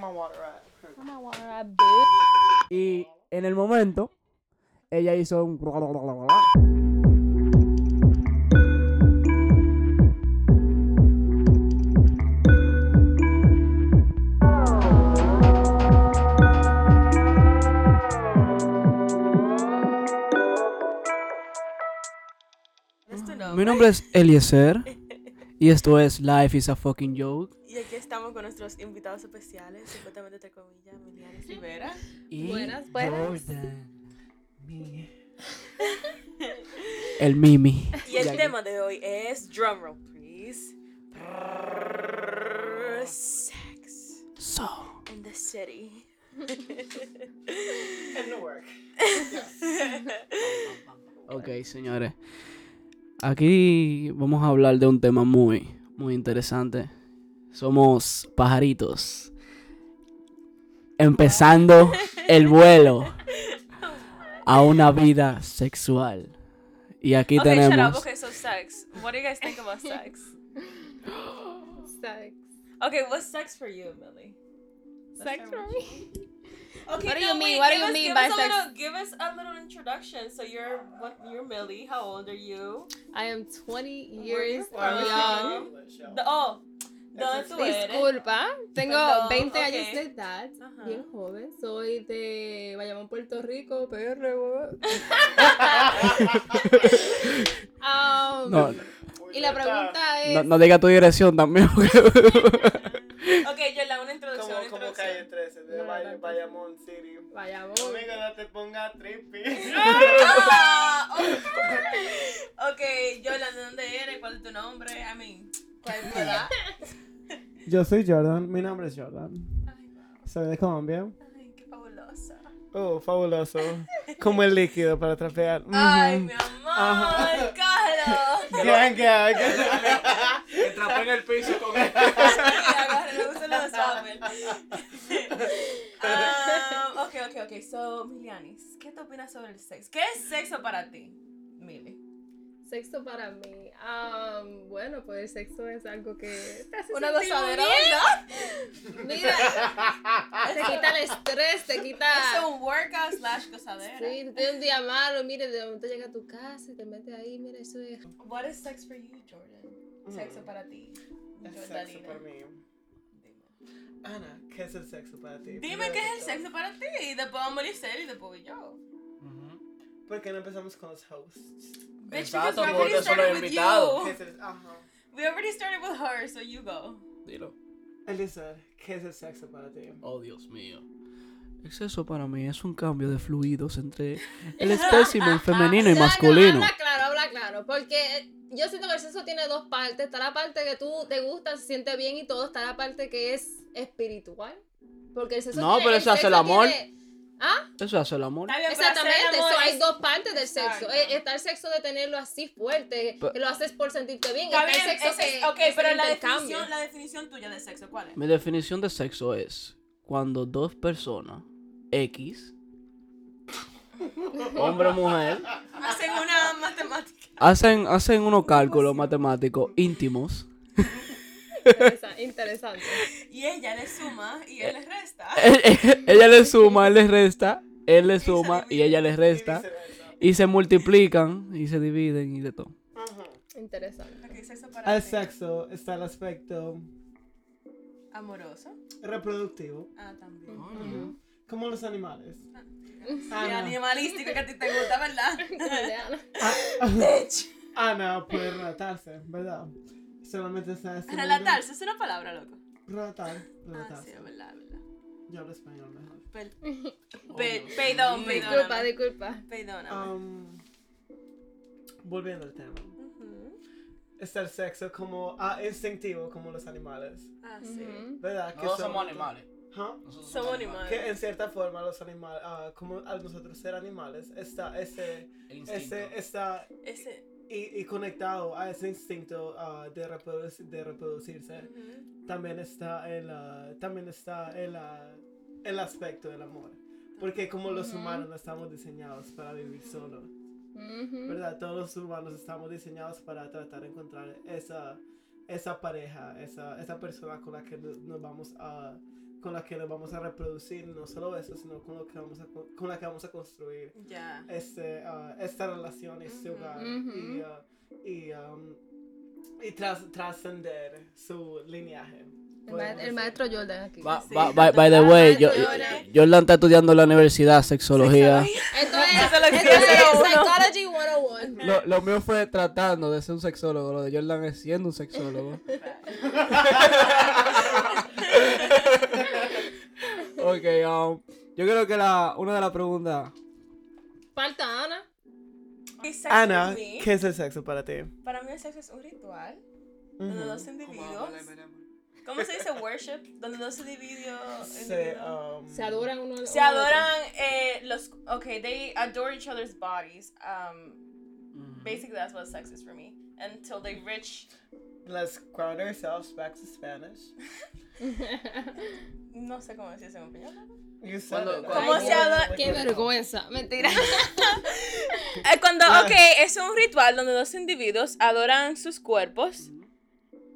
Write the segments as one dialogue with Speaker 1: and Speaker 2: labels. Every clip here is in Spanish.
Speaker 1: my water at?
Speaker 2: Where my water at, bitch?
Speaker 3: Y en el momento, ella hizo un.
Speaker 2: Ah.
Speaker 4: Nuestro
Speaker 3: Mi
Speaker 4: nombre.
Speaker 3: nombre es Eliezer. Y esto es Life is a fucking joke.
Speaker 4: Y aquí estamos con nuestros invitados especiales, supuestamente entre comillas, Emiliano Rivera.
Speaker 3: Y
Speaker 2: Buenas, buenas.
Speaker 3: Jordan, mi- El Mimi.
Speaker 4: Y el
Speaker 3: Ya que-
Speaker 4: tema de hoy es drumroll, please. Sex
Speaker 3: So,
Speaker 4: in the city.
Speaker 1: And no work.
Speaker 3: Ok, señores. Aquí vamos a hablar de un tema muy, muy interesante. Somos pajaritos. Empezando el vuelo a una vida sexual. Y aquí
Speaker 4: okay, shut up.
Speaker 3: tenemos.
Speaker 4: Okay, so sex. What do you guys think about sex?
Speaker 2: Sex.
Speaker 4: Okay, what's sex for you, Millie?
Speaker 2: Sex for me.
Speaker 4: Okay,
Speaker 2: What do
Speaker 4: no,
Speaker 2: you mean?
Speaker 4: wait,
Speaker 2: What do
Speaker 4: give
Speaker 2: you
Speaker 4: us-
Speaker 2: mean
Speaker 4: give
Speaker 2: by
Speaker 4: us a
Speaker 2: sex?
Speaker 4: Little, give us a little introduction. So you're what? You're Millie. How old are you?
Speaker 2: I am 20
Speaker 4: you
Speaker 2: years
Speaker 4: from?
Speaker 2: young.
Speaker 4: The, oh, ¿de dónde tú eres?
Speaker 2: Disculpa, tengo
Speaker 4: Perdón,
Speaker 2: 20
Speaker 4: ok.
Speaker 2: años de edad,
Speaker 4: Ajá.
Speaker 2: bien joven, soy de Bayamón, Puerto Rico, perro. Um,
Speaker 3: No,
Speaker 2: y la pregunta es,
Speaker 3: no, no diga tu dirección también.
Speaker 4: Okay, yo la una introducción.
Speaker 1: Como,
Speaker 4: una
Speaker 1: como
Speaker 4: introducción.
Speaker 1: calle 13 de
Speaker 2: No,
Speaker 1: Bay-
Speaker 2: no, no.
Speaker 1: Bayamón City.
Speaker 2: Bayamón,
Speaker 1: Amigo, no te pongas trippy.
Speaker 4: Ah, ok, okay Yola, ¿de dónde eres? ¿Cuál es tu nombre? I mean, ¿cuál es tu edad?
Speaker 5: Yo soy Jordan, mi nombre es Jordan. Soy de Colombia.
Speaker 4: Ay, qué fabulosa.
Speaker 1: Oh, fabuloso. Como el líquido para trapear.
Speaker 4: Ay,
Speaker 1: Mhm.
Speaker 4: mi amor,
Speaker 1: Ajá.
Speaker 4: Carlos.
Speaker 1: Gang, gang.
Speaker 6: Entrapé en el piso con él.
Speaker 4: Agarra, me gustan los sabes. um, ok, ok, ok. So, Milianis, ¿qué te opinas sobre el sexo? ¿Qué es sexo para ti, Mili?
Speaker 2: sexo para mí, um, bueno, pues el sexo es algo que te hace
Speaker 4: Una
Speaker 2: sentir
Speaker 4: gozadera,
Speaker 2: bien.
Speaker 4: ¿verdad?
Speaker 2: Mira, te quita el estrés, te quita...
Speaker 4: Es un workout slash gozadera.
Speaker 2: Sí, tú tienes un día malo, mire, de momento llega a tu casa y te metes ahí, mira, eso es...
Speaker 4: What is sex for you, Jordan? Sexo para ti.
Speaker 1: Mm. Es sexo
Speaker 4: Jordanina.
Speaker 1: para mí. Ana, ¿qué es el sexo para ti?
Speaker 4: Dime
Speaker 1: Primero
Speaker 4: qué
Speaker 1: que
Speaker 4: es el
Speaker 1: todo.
Speaker 4: sexo para ti. Y después vamos a Maricel y después voy yo.
Speaker 1: ¿Por qué no empezamos con los hosts?
Speaker 4: Bitch, because
Speaker 6: Exacto,
Speaker 4: we
Speaker 6: porque
Speaker 4: already
Speaker 6: son
Speaker 4: started
Speaker 6: los
Speaker 4: with
Speaker 6: invitados.
Speaker 1: ¿Qué
Speaker 4: you.
Speaker 1: es el, ajá.
Speaker 4: We already started with her, so you go.
Speaker 3: Dilo.
Speaker 1: Elisa, ¿qué es el sexo para ti?
Speaker 3: Oh, Dios mío. Exceso para mí es un cambio de fluidos entre el espécimen femenino y
Speaker 2: Claro,
Speaker 3: masculino.
Speaker 2: Habla claro, habla claro, porque eh, yo siento que el sexo tiene dos partes. Está la parte que tú te gusta, se siente bien y todo, está la parte que es espiritual. Porque el sexo
Speaker 3: No,
Speaker 2: tiene-
Speaker 3: pero eso hace
Speaker 2: sexo
Speaker 3: el amor.
Speaker 2: tiene- Ah,
Speaker 3: Eso hace el amor.
Speaker 4: Está bien, pero hacer el
Speaker 2: exactamente,
Speaker 4: amor
Speaker 2: eso, hay
Speaker 4: es-
Speaker 2: dos partes del sexo.
Speaker 4: Exacto.
Speaker 2: Eh, Está el sexo de tenerlo así fuerte,
Speaker 3: Pero-
Speaker 2: que lo haces por sentirte bien. y
Speaker 4: Está
Speaker 2: Está, el
Speaker 4: bien,
Speaker 2: sexo
Speaker 4: ese es-
Speaker 2: que,
Speaker 4: ok,
Speaker 2: que es
Speaker 4: pero
Speaker 2: el
Speaker 4: la
Speaker 2: intercambio.
Speaker 4: definición, la definición tuya de sexo, ¿cuál es?
Speaker 3: Mi definición de sexo es cuando dos personas, X, hombre o mujer,
Speaker 2: Ah.
Speaker 4: Hacen una matemática.
Speaker 3: hacen, hacen unos cálculos matemáticos íntimos.
Speaker 2: Interesa- Interesante.
Speaker 4: Y ella le suma y él le resta.
Speaker 3: Eh. ella le suma, él le resta, él le suma y ella le resta. Y se multiplican y se dividen y de todo.
Speaker 2: Interesante.
Speaker 4: Ok, sexo para
Speaker 5: Al
Speaker 4: ti.
Speaker 5: sexo está el aspecto
Speaker 4: Amoroso.
Speaker 5: reproductivo,
Speaker 4: Ah, también.
Speaker 5: como los animales.
Speaker 4: Ah.
Speaker 2: Ah,
Speaker 4: Y
Speaker 5: Ana,
Speaker 4: animalístico que a ti te gusta, ¿verdad?
Speaker 5: ah, Ana puede relatarse, ¿verdad? Solamente está este mundo.
Speaker 4: Relatarse es una palabra, loco.
Speaker 5: Relatar,
Speaker 4: Ah, sí,
Speaker 5: relatarse.
Speaker 4: es verdad, es verdad.
Speaker 5: Yo hablo español mejor.
Speaker 4: Per- per- perdón,
Speaker 2: Disculpa,
Speaker 4: perdón.
Speaker 2: disculpa.
Speaker 4: Perdóname.
Speaker 5: Um, volviendo al tema.
Speaker 4: Ujú.
Speaker 5: Está el sexo como ah, instintivo, como los animales.
Speaker 4: Ah, sí.
Speaker 2: Ujú.
Speaker 5: ¿Verdad? Que son- Ajá.
Speaker 4: Somos animales.
Speaker 5: Que en cierta forma los animales, ah, como al nosotros ser animales, está ese, ese está
Speaker 4: Ese.
Speaker 5: y, y conectado a ese instinto ah, de, reproduci- de reproducirse.
Speaker 4: ujú.
Speaker 5: También está el, ah, también está el, ah, el aspecto del amor. Porque como los
Speaker 2: Ujú.
Speaker 5: humanos no estamos diseñados para vivir solos,
Speaker 2: Ujú.
Speaker 5: ¿verdad? Todos los humanos estamos diseñados para tratar de encontrar esa, esa pareja, esa, esa persona con la que no- nos vamos a con las que nos vamos a reproducir, no solo eso, sino con, lo que vamos a, co- con la que vamos a construir
Speaker 4: Ya.
Speaker 5: este, ah, esta relación, este
Speaker 4: Ujú.
Speaker 5: hogar
Speaker 2: Ujú.
Speaker 5: y, ah, y, am, y tras- trascender su linaje.
Speaker 2: El, ma- el
Speaker 5: Podemos-
Speaker 2: maestro Jordan aquí.
Speaker 7: Ba-
Speaker 4: Sí.
Speaker 7: ba- by, by the way, yo, yo- Jordan está estudiando en la universidad sexología.
Speaker 2: Esto
Speaker 4: Eso es lo que
Speaker 2: es, esto
Speaker 4: quiero
Speaker 2: es
Speaker 4: uno.
Speaker 2: Psychology 101.
Speaker 7: Lo, lo mío fue tratando de ser un sexólogo, lo de Jordan es siendo un sexólogo. ok, um, yo creo que la, una de las preguntas,
Speaker 2: Falta Ana.
Speaker 4: ¿Qué sexo
Speaker 5: Ana,
Speaker 4: es mí?
Speaker 5: ¿qué es el sexo para ti?
Speaker 4: Para mí el sexo es un ritual donde
Speaker 5: Ujú.
Speaker 4: dos individuos. ¿Cómo se dice worship? Donde dos individuos.
Speaker 5: Se, ah, um,
Speaker 4: individuos-
Speaker 5: am,
Speaker 2: Se adoran uno al
Speaker 4: Se
Speaker 2: uno al otro.
Speaker 4: adoran eh, los. Okay, they adore each other's bodies. Um, basically, that's what sex is for me. Until they reach.
Speaker 5: Let's ground ourselves back to Spanish.
Speaker 4: No sé cómo decirse en español.
Speaker 5: You said
Speaker 3: Cuando-
Speaker 5: it.
Speaker 3: cuando-
Speaker 4: ¿Cómo se adora-
Speaker 2: Qué vergüenza. Mentira.
Speaker 4: Eh, cuando,
Speaker 5: Claro.
Speaker 4: ok, es un ritual donde dos individuos adoran sus cuerpos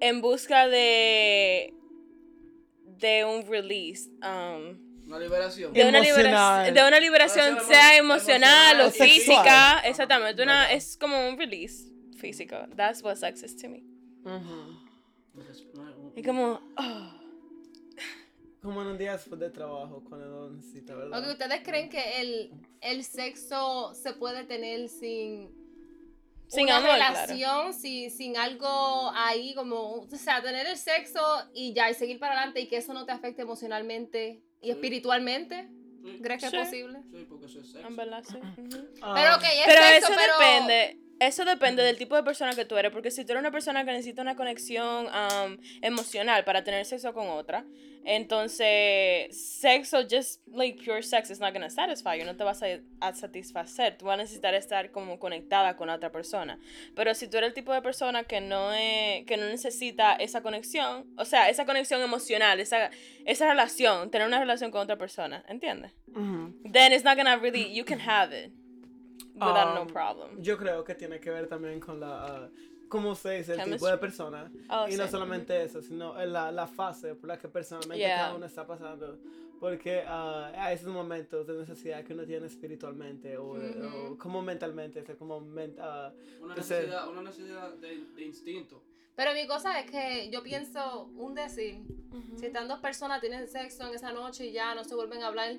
Speaker 4: en busca de de un release, um,
Speaker 3: Una liberación.
Speaker 7: Eh.
Speaker 4: de, una liberación,
Speaker 5: Emocional.
Speaker 4: de una liberación
Speaker 3: Relación
Speaker 4: sea
Speaker 3: emo-
Speaker 4: emocional o
Speaker 5: emocional, sexual.
Speaker 4: física, exactamente, una, es como un release físico. That's what sex is to me.
Speaker 5: Ujú.
Speaker 4: Es como, oh,
Speaker 5: Como en un día después de trabajo, cuando no necesita, ¿verdad?
Speaker 2: Ok, ¿ustedes creen que el, el sexo se puede tener sin
Speaker 4: sin
Speaker 2: una
Speaker 4: amor, claro.
Speaker 2: relación, sin, sin algo ahí como, o sea, tener el sexo y ya, y seguir para adelante y que eso no te afecte emocionalmente y
Speaker 3: Sí.
Speaker 2: espiritualmente? ¿Crees que
Speaker 4: Sí.
Speaker 2: es posible?
Speaker 3: Sí, porque eso es
Speaker 4: En
Speaker 3: sexo.
Speaker 4: verdad, sí. Ujú.
Speaker 5: Ah,
Speaker 2: Pero ok, es
Speaker 4: pero
Speaker 2: sexo,
Speaker 4: eso
Speaker 2: pero...
Speaker 4: depende. Eso depende del tipo de persona que tú eres, porque si tú eres una persona que necesita una conexión am, emocional para tener sexo con otra, entonces sexo, just like pure sex, is not gonna satisfy you, no te vas a, a satisfacer, tú vas a necesitar estar como conectada con otra persona. Pero si tú eres el tipo de persona que no, es- que no necesita esa conexión, o sea, esa conexión emocional, esa, esa relación, tener una relación con otra persona, ¿entiendes?
Speaker 5: ujú.
Speaker 4: then it's not gonna really you can have it without no
Speaker 5: Um,
Speaker 4: problem.
Speaker 5: Yo creo que tiene que ver también con la. como ¿Cómo usted dice? El tipo
Speaker 4: Chemistry.
Speaker 5: de persona.
Speaker 4: Oh,
Speaker 5: y
Speaker 4: sí.
Speaker 5: no solamente eso, sino en la, la fase por la que personalmente
Speaker 4: Yeah.
Speaker 5: cada uno está pasando. Porque ah, hay esos momentos de necesidad que uno tiene espiritualmente o, eh, o como mentalmente, o sea, como men- ah,
Speaker 3: Una
Speaker 5: Entonces-
Speaker 3: necesidad, una necesidad de, de instinto.
Speaker 2: Pero mi cosa es que yo pienso un decir, si están dos personas, tienen sexo en esa noche y ya no se vuelven a hablar,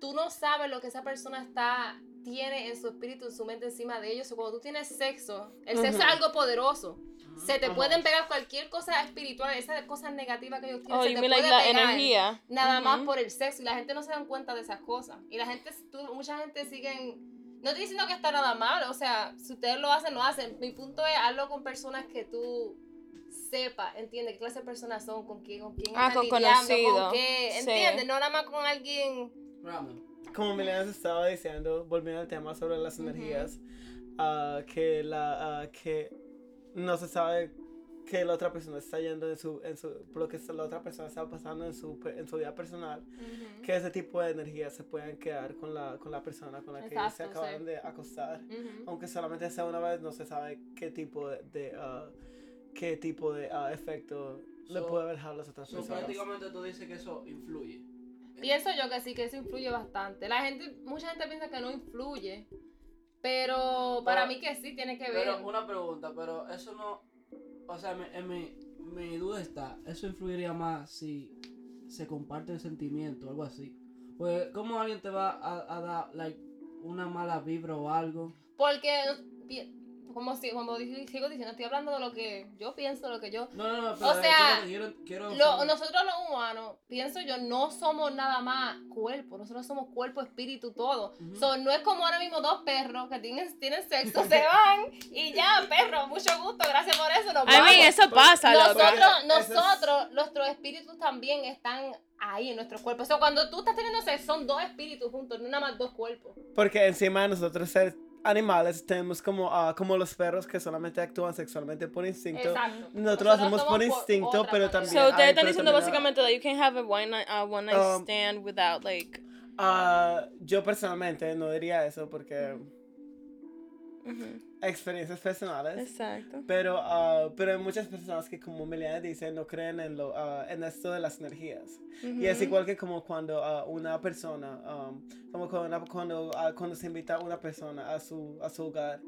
Speaker 2: tú no sabes lo que esa persona está tiene en su espíritu, en su mente encima de ellos. O Cuando tú tienes sexo, el sexo
Speaker 5: Ujú.
Speaker 2: es algo poderoso. Se te
Speaker 5: Ajá.
Speaker 2: pueden pegar cualquier cosa espiritual, esas cosas negativas que ellos tienen.
Speaker 4: oh,
Speaker 2: se
Speaker 4: you
Speaker 2: te
Speaker 4: mean like
Speaker 2: puede
Speaker 4: la
Speaker 2: pegar
Speaker 4: energía? Mm-hmm.
Speaker 2: nada más
Speaker 4: Ujú.
Speaker 2: por el sexo y la gente no se dan cuenta de esas cosas y la gente tú- mucha gente siguen no estoy diciendo que está nada mal o sea si ustedes lo hacen lo hacen mi punto es hazlo con personas que tú sepas entiende qué clase de personas son con quién con quién
Speaker 4: Ah,
Speaker 2: están
Speaker 4: con
Speaker 2: lidiando,
Speaker 4: conocido.
Speaker 2: con qué
Speaker 4: Sí.
Speaker 2: entiende no nada más con alguien
Speaker 3: Ramen.
Speaker 5: como Milena se estaba diciendo, volviendo al tema sobre las energías, ah, que, la, ah, que no se sabe que la otra persona está yendo en su, en su, por lo que la otra persona está pasando en su, pe- en su vida personal, que ese tipo de energías se pueden quedar con la, con la persona con la que se
Speaker 2: Exacto, sí.
Speaker 5: acaban de acostar.
Speaker 2: Ujú.
Speaker 5: Aunque solamente sea una vez, no se sabe qué tipo de, de, ah, qué tipo de ah, efecto le
Speaker 3: So-
Speaker 5: puede dejar a las otras
Speaker 3: So,
Speaker 5: personas.
Speaker 3: prácticamente tú dices que eso influye.
Speaker 2: Pienso yo que sí, que eso influye bastante. La gente, mucha gente piensa que no influye, pero para
Speaker 3: Pero-
Speaker 2: mí que sí tiene que ver.
Speaker 3: Pero una pregunta, pero eso no. O sea, mi, en mi, mi duda está: ¿eso influiría más si se comparte el sentimiento algo así? Pues, ¿cómo alguien te va a, a dar, like, una mala vibra o algo?
Speaker 2: Porque, pi- como, si, como di- sigo diciendo, estoy hablando de lo que yo pienso, lo que yo...
Speaker 3: No, no, no, pero.
Speaker 2: O
Speaker 3: eh,
Speaker 2: sea,
Speaker 3: quiero, quiero, quiero
Speaker 2: Lo-
Speaker 3: saber-
Speaker 2: nosotros los humanos, pienso yo, no somos nada más cuerpo, nosotros somos cuerpo, espíritu, todo.
Speaker 3: Ujú.
Speaker 2: So, no es como ahora mismo dos perros que tienen, tienen sexo, se van y ya, perro, mucho gusto, gracias por eso, nos
Speaker 4: I
Speaker 2: vamos.
Speaker 4: mean, eso pasa, loca.
Speaker 2: Nosotros,
Speaker 5: Eso es-
Speaker 2: nosotros, nuestros espíritus también están ahí en nuestros cuerpos. O sea, cuando tú estás teniendo sexo, son dos espíritus juntos, no nada más dos cuerpos.
Speaker 5: Porque encima de nosotros ser animales tenemos como, ah, como los perros que solamente actúan sexualmente por instinto.
Speaker 2: Exacto.
Speaker 5: Nosotros lo hacemos
Speaker 2: somos
Speaker 5: por instinto,
Speaker 2: otra
Speaker 5: pero
Speaker 2: manera.
Speaker 5: también-
Speaker 4: So ustedes
Speaker 5: Ay,
Speaker 4: están
Speaker 5: pero
Speaker 4: diciendo
Speaker 5: también-
Speaker 4: básicamente that you can have a one night, a one night
Speaker 5: Um,
Speaker 4: stand without like.
Speaker 5: Uh,
Speaker 4: Mm.
Speaker 5: Ah, yo personalmente no diría eso porque experiencias personales.
Speaker 4: Exacto.
Speaker 5: Pero, ah, pero hay muchas personas que, como Melania dice, no creen en, lo, ah, en esto de las energías. Y es igual que como cuando ah, una persona, um, como cuando, una- cuando, ah, cuando se invita a una persona a su, a su hogar.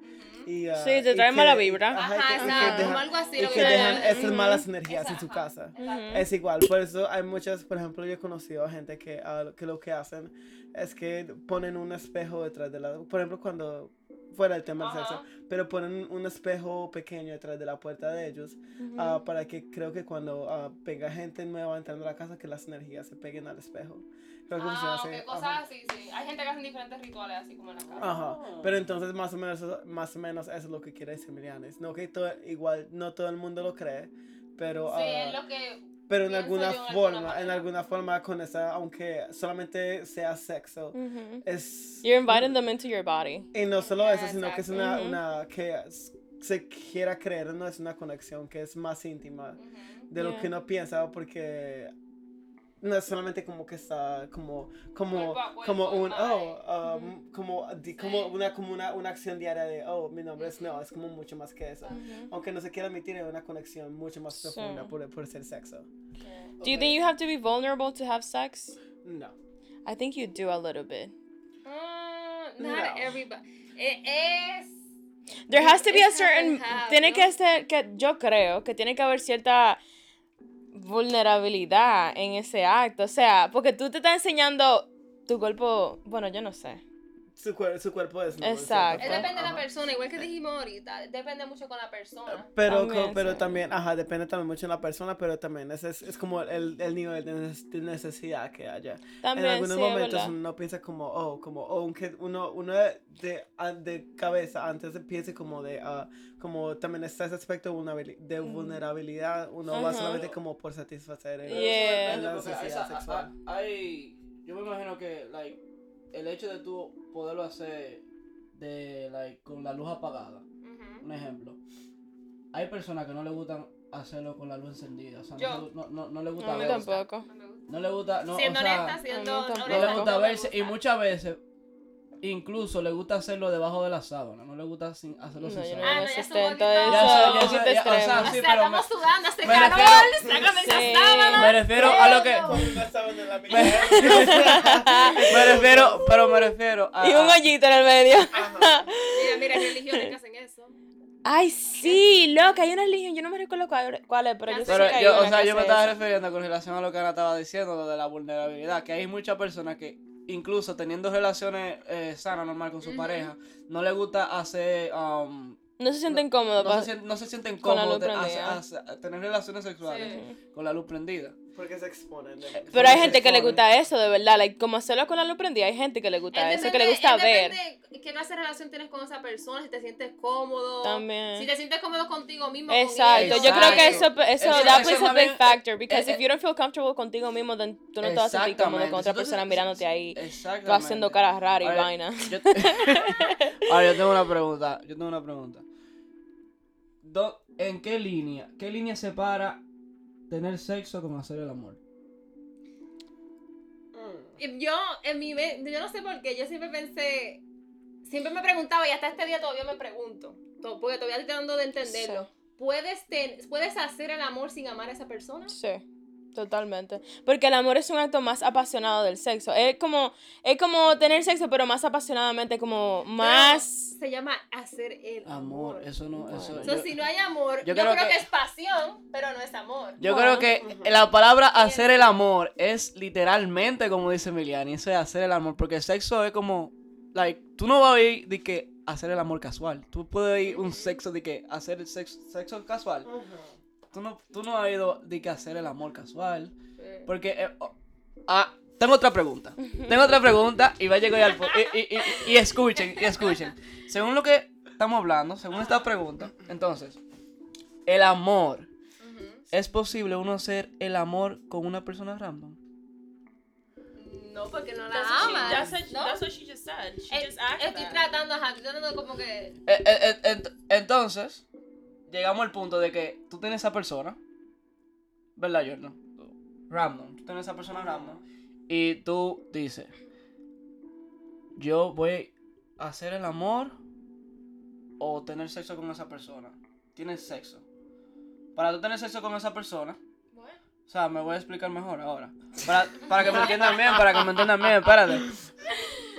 Speaker 5: Y, ah,
Speaker 4: Sí, te
Speaker 5: y
Speaker 4: trae mala
Speaker 5: que-
Speaker 4: vibra.
Speaker 5: ajá, y que-
Speaker 2: Ajá,
Speaker 5: y que
Speaker 2: exacto,
Speaker 5: dejan-
Speaker 2: como algo así.
Speaker 5: y
Speaker 2: lo
Speaker 5: que
Speaker 2: te-
Speaker 5: dejan esas
Speaker 2: Ujú.
Speaker 5: malas energías en su
Speaker 2: Ajá.
Speaker 5: casa.
Speaker 2: Exacto.
Speaker 5: Es igual, por eso hay muchas, por ejemplo, yo he conocido a gente que, ah, que lo que hacen es que ponen un espejo detrás de la, por ejemplo, cuando fuera el tema del
Speaker 2: Ajá.
Speaker 5: sexo, pero ponen un espejo pequeño detrás de la puerta de ellos ah, para que creo que cuando ah, venga gente nueva entrando a la casa que las energías se peguen al espejo. Creo que funciona
Speaker 2: Ah,
Speaker 5: así,
Speaker 2: ok,
Speaker 5: ajá.
Speaker 2: cosas así, sí. Hay gente que hacen diferentes rituales así como en la casa.
Speaker 5: Ajá, pero entonces más o menos eso, más o menos eso es lo que quiere decir Mirianes. No que todo, igual no todo el mundo lo cree, pero
Speaker 2: sí,
Speaker 5: ah,
Speaker 2: es lo que
Speaker 5: pero en
Speaker 2: pienso yo
Speaker 5: alguna
Speaker 2: en alguna
Speaker 5: forma, en
Speaker 2: manera.
Speaker 5: alguna forma con esa, aunque solamente sea sexo,
Speaker 4: Ujú. Mm-hmm.
Speaker 5: es
Speaker 4: Mm. You're inviting them into your body.
Speaker 5: y no solo eso, sino que es
Speaker 2: Exacto.
Speaker 5: una,
Speaker 4: Ujú.
Speaker 5: una que es- se quiera creer, no es una conexión que es más íntima
Speaker 2: Ujú.
Speaker 5: de lo
Speaker 4: Yeah.
Speaker 5: que uno piensa porque no es solamente como que está como como
Speaker 2: Cuerpo a cuerpo,
Speaker 5: como un oh
Speaker 2: madre.
Speaker 5: um, como di- como
Speaker 2: Sí.
Speaker 5: una como una, una acción diaria de oh mi nombre es no es como mucho más que eso
Speaker 2: Mm-hmm.
Speaker 4: Ujú.
Speaker 5: aunque no se quiera admitir es una conexión mucho más
Speaker 4: Mm. Sí.
Speaker 5: profunda por, por ser sexo
Speaker 4: Do you think you have to be vulnerable to have sex?
Speaker 5: no
Speaker 4: I think you do a little bit.
Speaker 2: Ah,
Speaker 5: No.
Speaker 2: not everybody. Eh, es.
Speaker 4: There has to be a
Speaker 2: It's half and
Speaker 4: certain.
Speaker 2: half,
Speaker 4: Tiene
Speaker 2: ¿no?
Speaker 4: que ser. Que, yo creo que tiene que haber cierta vulnerabilidad en ese acto. O sea, porque tú te estás enseñando tu cuerpo. Bueno, yo no sé.
Speaker 5: su, cuer- su cuerpo es no en cierta
Speaker 4: Exacto.
Speaker 2: es
Speaker 5: forma,
Speaker 2: depende de la
Speaker 5: Ah, ajá. Ah.
Speaker 2: persona, igual que dijimos ahorita. Depende mucho con la persona.
Speaker 5: Pero co-
Speaker 4: También,
Speaker 5: pero
Speaker 4: sí.
Speaker 5: también, ajá, depende también mucho de la persona, pero también es, es, es como el, el nivel de neces- de necesidad que haya.
Speaker 4: También,
Speaker 5: en algunos
Speaker 4: sí, es
Speaker 5: momentos
Speaker 4: verdad.
Speaker 5: uno piensa como, oh, como, oh, aunque uno, uno de, de, a- de cabeza antes de piense como de, ah, como también está ese aspecto de vulnerabil- de vulnerabilidad, uno va
Speaker 4: Mm. Ajá.
Speaker 5: solamente como por satisfacer el-
Speaker 3: Pero eso
Speaker 4: Yeah.
Speaker 3: depende,
Speaker 5: la
Speaker 3: porque
Speaker 5: necesidad
Speaker 3: esa- a- a-
Speaker 5: sexual.
Speaker 3: hay, yo me imagino que like, el hecho de tú poderlo hacer de, like, con la luz apagada,
Speaker 2: Ujú.
Speaker 3: un ejemplo. Hay personas que no le gustan hacerlo con la luz encendida, o sea,
Speaker 2: Yo.
Speaker 3: no, no, no, no le
Speaker 4: No,
Speaker 3: gusta
Speaker 4: a mí
Speaker 3: verse.
Speaker 4: tampoco.
Speaker 2: No me gusta.
Speaker 3: No le gusta, no,
Speaker 2: siendo
Speaker 3: o sea,
Speaker 2: honesta, siendo
Speaker 4: a mí tampoco.
Speaker 2: honesta.
Speaker 3: no le
Speaker 2: no
Speaker 3: gusta
Speaker 2: me
Speaker 3: verse y muchas veces incluso le gusta hacerlo debajo de la sábana, no le gusta sin, hacerlo
Speaker 4: No,
Speaker 3: sin
Speaker 4: yo
Speaker 3: sábana.
Speaker 2: Ah,
Speaker 4: no
Speaker 2: no,
Speaker 4: me
Speaker 2: ya
Speaker 4: sustento
Speaker 2: estuvo
Speaker 4: eso.
Speaker 2: quitado.
Speaker 3: Ya,
Speaker 4: Ya,
Speaker 3: ya, ya, o sea,
Speaker 2: O
Speaker 3: sí,
Speaker 2: sea,
Speaker 3: pero
Speaker 2: estamos sudando, hace
Speaker 3: me
Speaker 2: calor,
Speaker 3: refiero-
Speaker 2: sácame esas
Speaker 4: Sí.
Speaker 2: sábanas.
Speaker 3: Me refiero a lo que. Me refiero, pero me refiero a.
Speaker 4: Y un hoyito en el medio.
Speaker 2: Mira, mira, hay religiones que hacen eso.
Speaker 4: Ay, sí, loca, hay una religión, yo no me recuerdo cuál, cuál es, pero yo sé
Speaker 3: Pero
Speaker 4: que hay
Speaker 3: yo, o
Speaker 4: una
Speaker 3: sea,
Speaker 4: que
Speaker 3: yo me
Speaker 4: hace
Speaker 3: estaba
Speaker 4: eso.
Speaker 3: refiriendo con relación a lo que Ana estaba diciendo, lo de la vulnerabilidad, que hay muchas personas que incluso teniendo relaciones eh, sanas, normal con su
Speaker 2: Ujú.
Speaker 3: pareja, no le gusta hacer, um,
Speaker 4: No se sienten cómodos.
Speaker 3: no,
Speaker 4: pa-
Speaker 3: se, sien- no se sienten
Speaker 4: Con la
Speaker 3: cómodos
Speaker 4: luz
Speaker 3: de- hace-
Speaker 4: prendida.
Speaker 3: hace- tener relaciones sexuales
Speaker 2: Sí.
Speaker 3: con la luz prendida.
Speaker 5: Porque se exponen. ¿no?
Speaker 4: Pero hay
Speaker 5: Se
Speaker 4: gente que le
Speaker 5: exponen.
Speaker 4: gusta eso, de verdad. Like, como hacerlo con la luz prendida, hay gente que le gusta
Speaker 2: Él
Speaker 4: eso, que le
Speaker 2: depende-
Speaker 4: gusta
Speaker 2: él
Speaker 4: ver.
Speaker 2: depende ¿Qué clase de relación tienes con esa persona? Si te sientes cómodo.
Speaker 4: También.
Speaker 2: Si te sientes cómodo contigo mismo. con
Speaker 4: Exacto,
Speaker 2: ellos.
Speaker 4: yo creo que eso,
Speaker 3: Exacto.
Speaker 4: eso,
Speaker 3: Eso-
Speaker 4: that
Speaker 3: eso
Speaker 4: plays a
Speaker 3: más
Speaker 4: big
Speaker 3: bien-
Speaker 4: factor, because
Speaker 3: eh,
Speaker 4: if you don't feel comfortable contigo mismo, then tú no te vas a sentir cómodo con otra
Speaker 3: Exactamente. Entonces,
Speaker 4: persona
Speaker 3: eh,
Speaker 4: mirándote ahí,
Speaker 3: Exactamente.
Speaker 4: tú haciendo caras raras y
Speaker 3: Ahora,
Speaker 4: vaina.
Speaker 3: Yo... Ahora yo tengo una pregunta. Yo tengo una pregunta. Do- ¿En qué línea? ¿Qué línea separa tener sexo con hacer el amor?
Speaker 2: Y Yo, en mi, ve- yo no sé por qué, yo siempre pensé, siempre me preguntaba y hasta este día todavía me pregunto, to- porque todavía estoy tratando de entenderlo. ¿Puedes, ten- ¿Puedes hacer el amor sin amar a esa persona?
Speaker 4: Sí, totalmente. Porque el amor es un acto más apasionado del sexo. Es como, es como tener sexo, pero más apasionadamente, como más...
Speaker 2: Se llama hacer el amor.
Speaker 3: Amor, eso no. Eso,
Speaker 2: So,
Speaker 3: yo-
Speaker 2: si no hay amor, yo,
Speaker 3: yo
Speaker 2: creo,
Speaker 3: creo
Speaker 2: que...
Speaker 3: que-
Speaker 2: es pasión, pero no es amor.
Speaker 3: Yo creo
Speaker 4: Bueno.
Speaker 3: que la palabra hacer el amor es literalmente como dice Emiliani, eso es hacer el amor, porque el sexo es como, like, tú no vas a ir de que hacer el amor casual, tú puedes ir un sexo de que hacer el sexo, sexo casual, tú no, tú no has ido de que hacer el amor casual,
Speaker 2: Sí.
Speaker 3: porque, eh, oh, ah, tengo otra pregunta, tengo otra pregunta y va a llegar al, pu- y, y- y- y escuchen, y escuchen, según lo que estamos hablando, según esta pregunta, entonces, el amor.
Speaker 2: Ujú.
Speaker 3: ¿Es posible uno hacer el amor con una persona random?
Speaker 2: No, porque no la amas. ¿no? Eh, Estoy tratando, ajá, estoy tratando como que...
Speaker 3: Eh, eh, eh, ent- entonces, llegamos al punto de que tú tienes esa persona, ¿verdad, Jordan? Random. Tú tienes esa persona random. Y tú dices, yo voy a hacer el amor o tener sexo con esa persona. Tienes sexo. Para tú tener sexo con esa persona,
Speaker 2: Bueno.
Speaker 3: o sea, me voy a explicar mejor ahora. Para, para que me entiendan bien, para que me entiendan bien, espérate.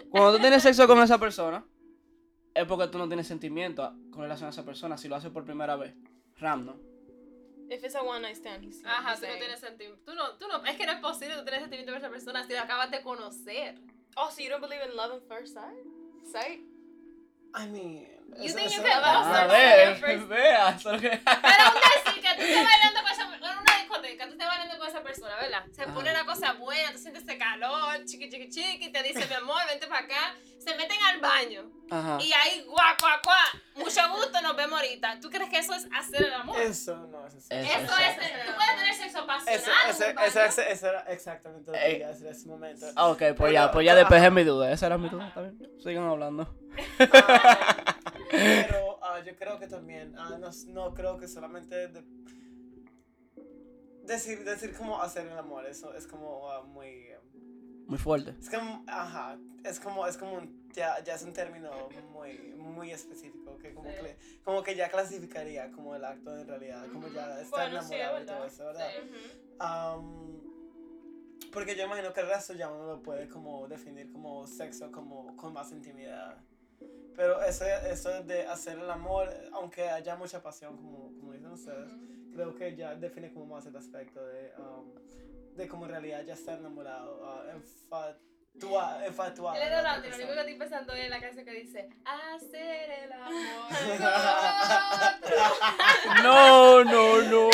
Speaker 3: Cuando tú tienes sexo con esa persona, es porque tú no tienes sentimiento a- con relación a esa persona. Si lo haces por primera vez, random.
Speaker 4: If it's a one night stand, he's
Speaker 2: Ajá,
Speaker 4: he's
Speaker 2: tú no
Speaker 4: saying.
Speaker 2: tienes sentimiento. Tú no, tú no, es que no es posible tú tienes sentimiento por esa persona si la acabas de conocer.
Speaker 4: Oh, so you don't believe in love at first sight? Sight?
Speaker 5: I mean.
Speaker 2: You
Speaker 5: eso-
Speaker 2: think you
Speaker 5: eso-
Speaker 2: can love
Speaker 3: Ah, A
Speaker 2: someone at
Speaker 3: ver,
Speaker 2: first
Speaker 3: vea, solo que.
Speaker 2: Pero aún decir que tú estás bailando con esa persona, en una discoteca, tú estás bailando con esa persona, ¿verdad? Se
Speaker 3: Ajá.
Speaker 2: pone una cosa buena, tú sientes ese calor, chiqui, chiqui, chiqui, te dice, mi amor, vente para acá. Se meten al baño
Speaker 3: Ajá.
Speaker 2: y ahí, guau, guau, guau, mucho gusto, nos vemos ahorita. ¿Tú crees que eso es hacer el amor?
Speaker 5: Eso no es así.
Speaker 2: eso es, tú puedes tener sexo
Speaker 5: Eso,
Speaker 2: apasionado.
Speaker 5: eso-
Speaker 2: en un baño.
Speaker 5: eso- eso- eso era exactamente lo que
Speaker 3: Ey.
Speaker 5: quería decir en ese momento.
Speaker 3: Ah, Eh, ok, pues ya, pues ya despejé mi duda. Esa era mi duda, está bien. Sigan hablando.
Speaker 5: Pero ah, yo creo que también, ah, no, no creo que solamente de- decir, decir cómo hacer el amor, eso es como ah, muy... eh,
Speaker 3: Muy fuerte.
Speaker 5: Es como, ajá, es como, es como un- ya, ya es un término muy, muy específico, que como,
Speaker 2: Sí.
Speaker 5: que, como que ya clasificaría como el acto en realidad, como ya estar
Speaker 4: Bueno, sí, es
Speaker 5: enamorado y
Speaker 4: verdad.
Speaker 5: todo eso, ¿verdad?
Speaker 2: Sí.
Speaker 4: Mm-hmm.
Speaker 5: Am, porque yo imagino que el resto ya uno lo puede como definir como sexo como con más intimidad. Pero eso, eso de hacer el amor, aunque haya mucha pasión, como, como dicen ustedes,
Speaker 2: Ujú.
Speaker 5: creo que ya define como más el aspecto de, am, de cómo en realidad ya está enamorado, ah, enfatua- enfatuado.
Speaker 2: Él
Speaker 5: de
Speaker 2: es
Speaker 5: la otra
Speaker 2: Rolando, y lo único que
Speaker 5: persona.
Speaker 2: estoy pensando es la canción que dice Hacer el amor con otro".
Speaker 3: No, no, no.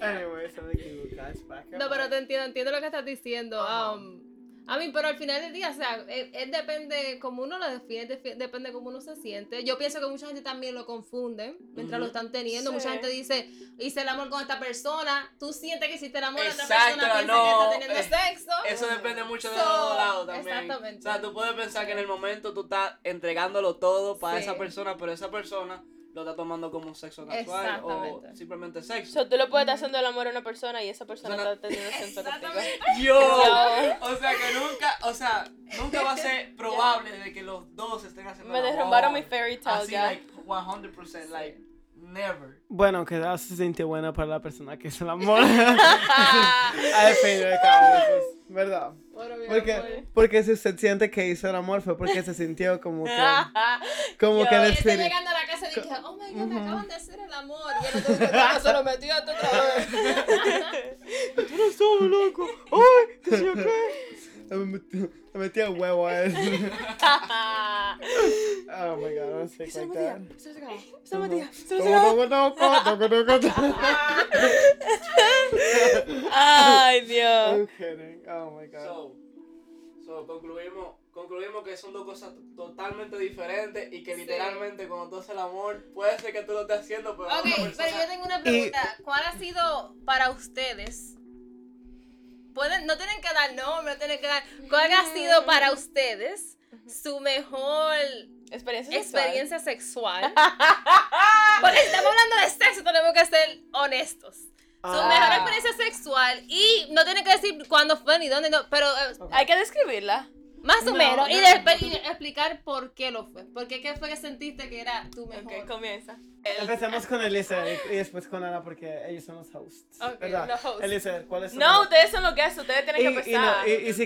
Speaker 5: Anyway, se me equivocó, it's back and
Speaker 2: No, pero
Speaker 5: back.
Speaker 2: te entiendo, entiendo lo que estás diciendo.
Speaker 5: Ajá.
Speaker 2: um, a mí, pero al final del día, o sea, es, es depende cómo uno lo define, defi- depende cómo uno se siente. Yo pienso que mucha gente también lo confunde mientras lo
Speaker 3: Ujú.
Speaker 2: están teniendo. Mucha
Speaker 4: Sí.
Speaker 2: gente dice, hice el amor con esta persona, tú sientes que hiciste el amor, otra
Speaker 3: Exacto,
Speaker 2: persona piensa
Speaker 3: no,
Speaker 2: que está teniendo
Speaker 3: eh,
Speaker 2: sexo.
Speaker 3: Eso depende mucho de
Speaker 2: So,
Speaker 3: los dos lados también.
Speaker 2: exactamente.
Speaker 3: O sea, tú puedes pensar que en el momento tú estás entregándolo todo para
Speaker 2: Sí.
Speaker 3: esa persona, pero esa persona lo está tomando como un sexo casual o
Speaker 2: Exactamente.
Speaker 3: simplemente sexo.
Speaker 4: So tú le puedes estar haciendo el amor a una persona y esa persona
Speaker 3: Persona-
Speaker 4: está teniendo sexo contigo.
Speaker 2: Exactamente.
Speaker 3: ¡Yo!
Speaker 4: No.
Speaker 3: O sea, que nunca, o sea, nunca va a ser probable de que los dos estén haciendo
Speaker 4: Me
Speaker 3: el amor.
Speaker 4: derrumbaron mi fairy tale
Speaker 3: Así,
Speaker 4: ya.
Speaker 3: like, 100%, like, never.
Speaker 5: Bueno, aunque da- se siente buena para la persona que es el amor. Al fin y al cabo, eso es pues, ¿verdad?
Speaker 2: Bueno, pues. mi amor.
Speaker 5: Porque, porque si usted siente que hizo el amor fue porque se sintió como que, como
Speaker 4: Yo-
Speaker 5: que el
Speaker 2: Y estoy
Speaker 5: espíritu.
Speaker 2: llegando a la casa y dije, oh my god, me acaban de hacer el amor. Y el otro día, se lo metió a tu otra vez.
Speaker 5: ¡Estaba loco! ¡Ay! ¿Qué sé yo qué? Me metí- me metí el huevo a él.
Speaker 4: Ah.
Speaker 5: Oh my god, no sé qué tal.
Speaker 4: Ay, Dios.
Speaker 5: I'm kidding. Oh my god.
Speaker 3: So, so, concluimos, concluimos que son dos cosas totalmente diferentes y que
Speaker 2: Sí.
Speaker 3: literalmente cuando tú haces el amor, puede ser que tú lo estés haciendo, pero
Speaker 2: Ok,
Speaker 3: otra
Speaker 2: pero
Speaker 3: persona-
Speaker 2: yo tengo una pregunta. ¿Cuál ha sido para ustedes? Pueden, no tienen que dar nombre, no tienen que dar. ¿Cuál ha sido para ustedes su mejor
Speaker 4: Experiencia sexual.
Speaker 2: experiencia sexual? Porque si estamos hablando de sexo, tenemos que ser honestos.
Speaker 5: Ah,
Speaker 2: Su mejor experiencia sexual y no tienen que decir cuándo fue ni dónde, no, pero eh,
Speaker 4: Hay que describirla.
Speaker 2: más o
Speaker 5: No,
Speaker 2: menos. Y,
Speaker 5: no.
Speaker 2: después y explicar por qué lo fue. Porque qué fue que sentiste que era tu mejor.
Speaker 4: Ok, comienza.
Speaker 5: Empecemos con Elisa y y después con Ana porque ellos son los hosts.
Speaker 2: Ok,
Speaker 5: ¿verdad?
Speaker 2: los hosts.
Speaker 5: Elisa, ¿cuál es tu
Speaker 4: No,
Speaker 5: mejor-
Speaker 4: ustedes son los que hacen, ustedes tienen
Speaker 5: y,
Speaker 4: que
Speaker 5: y no,
Speaker 4: empezar.
Speaker 5: y, y si,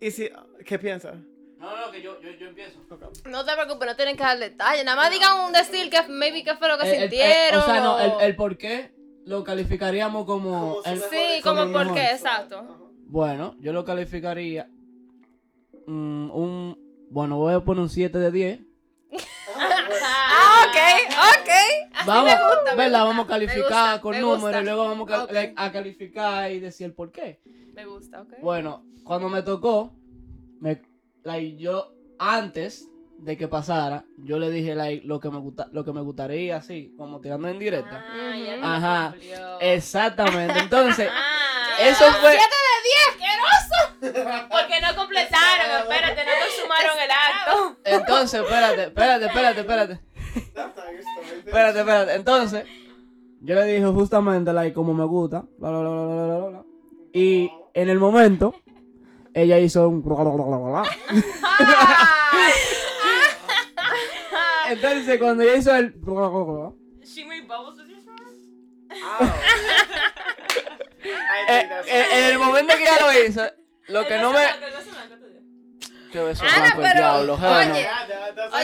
Speaker 5: y, y si, ¿qué piensa?
Speaker 3: No, no, que yo, yo, yo empiezo.
Speaker 2: No te preocupes, no tienen que dar detalles. Nada más digan un decir que maybe qué fue lo que
Speaker 3: El- el-
Speaker 2: sintieron.
Speaker 3: Eh, o sea, no,
Speaker 2: o-
Speaker 3: el, el por qué lo calificaríamos como.
Speaker 5: Como su
Speaker 3: el-
Speaker 5: mejor
Speaker 2: Sí,
Speaker 5: ex-
Speaker 2: como
Speaker 3: como
Speaker 2: por
Speaker 3: un
Speaker 2: qué,
Speaker 3: hombre.
Speaker 2: exacto.
Speaker 5: Ajá.
Speaker 3: bueno, yo lo calificaría. mm, un. Bueno, voy a poner un 7 de 10.
Speaker 4: Ah, ok, ok.
Speaker 3: Vamos,
Speaker 2: gusta, me
Speaker 3: ¿verdad?
Speaker 2: gusta,
Speaker 3: vamos a calificar
Speaker 2: me gusta,
Speaker 3: con
Speaker 2: me
Speaker 3: números
Speaker 2: gusta.
Speaker 3: y luego vamos a,
Speaker 2: Ok.
Speaker 3: like, a calificar y decir el por qué.
Speaker 2: Me gusta, ok.
Speaker 3: Bueno, cuando me tocó, me, like, yo antes de que pasara, yo le dije like, lo, que me gusta, lo que me gustaría, así, como tirando en directa.
Speaker 2: Ah, ya
Speaker 4: Ujú.
Speaker 2: me
Speaker 3: Ajá.
Speaker 2: cumplió.
Speaker 3: Exactamente, entonces,
Speaker 2: Ah,
Speaker 3: eso fue...
Speaker 4: Porque no completaron, espérate, no consumaron el acto.
Speaker 3: Entonces, espérate, espérate, espérate, espérate.
Speaker 5: That's not your story.
Speaker 3: Espérate, espérate. Entonces, yo le dije justamente, like, como me gusta, bla, bla, bla, bla, bla, bla, bla, bla. Y en el momento, ella hizo un... bla, bla, bla, bla, bla. entonces cuando ella hizo el. Ow.
Speaker 4: She made bubbles with your sperm?
Speaker 3: Eh, eh, en el momento que ella lo hizo, lo que no me. Que beso
Speaker 2: Ana,
Speaker 3: blanco el
Speaker 2: Ah, pero-
Speaker 3: diablo, bueno.
Speaker 2: oye,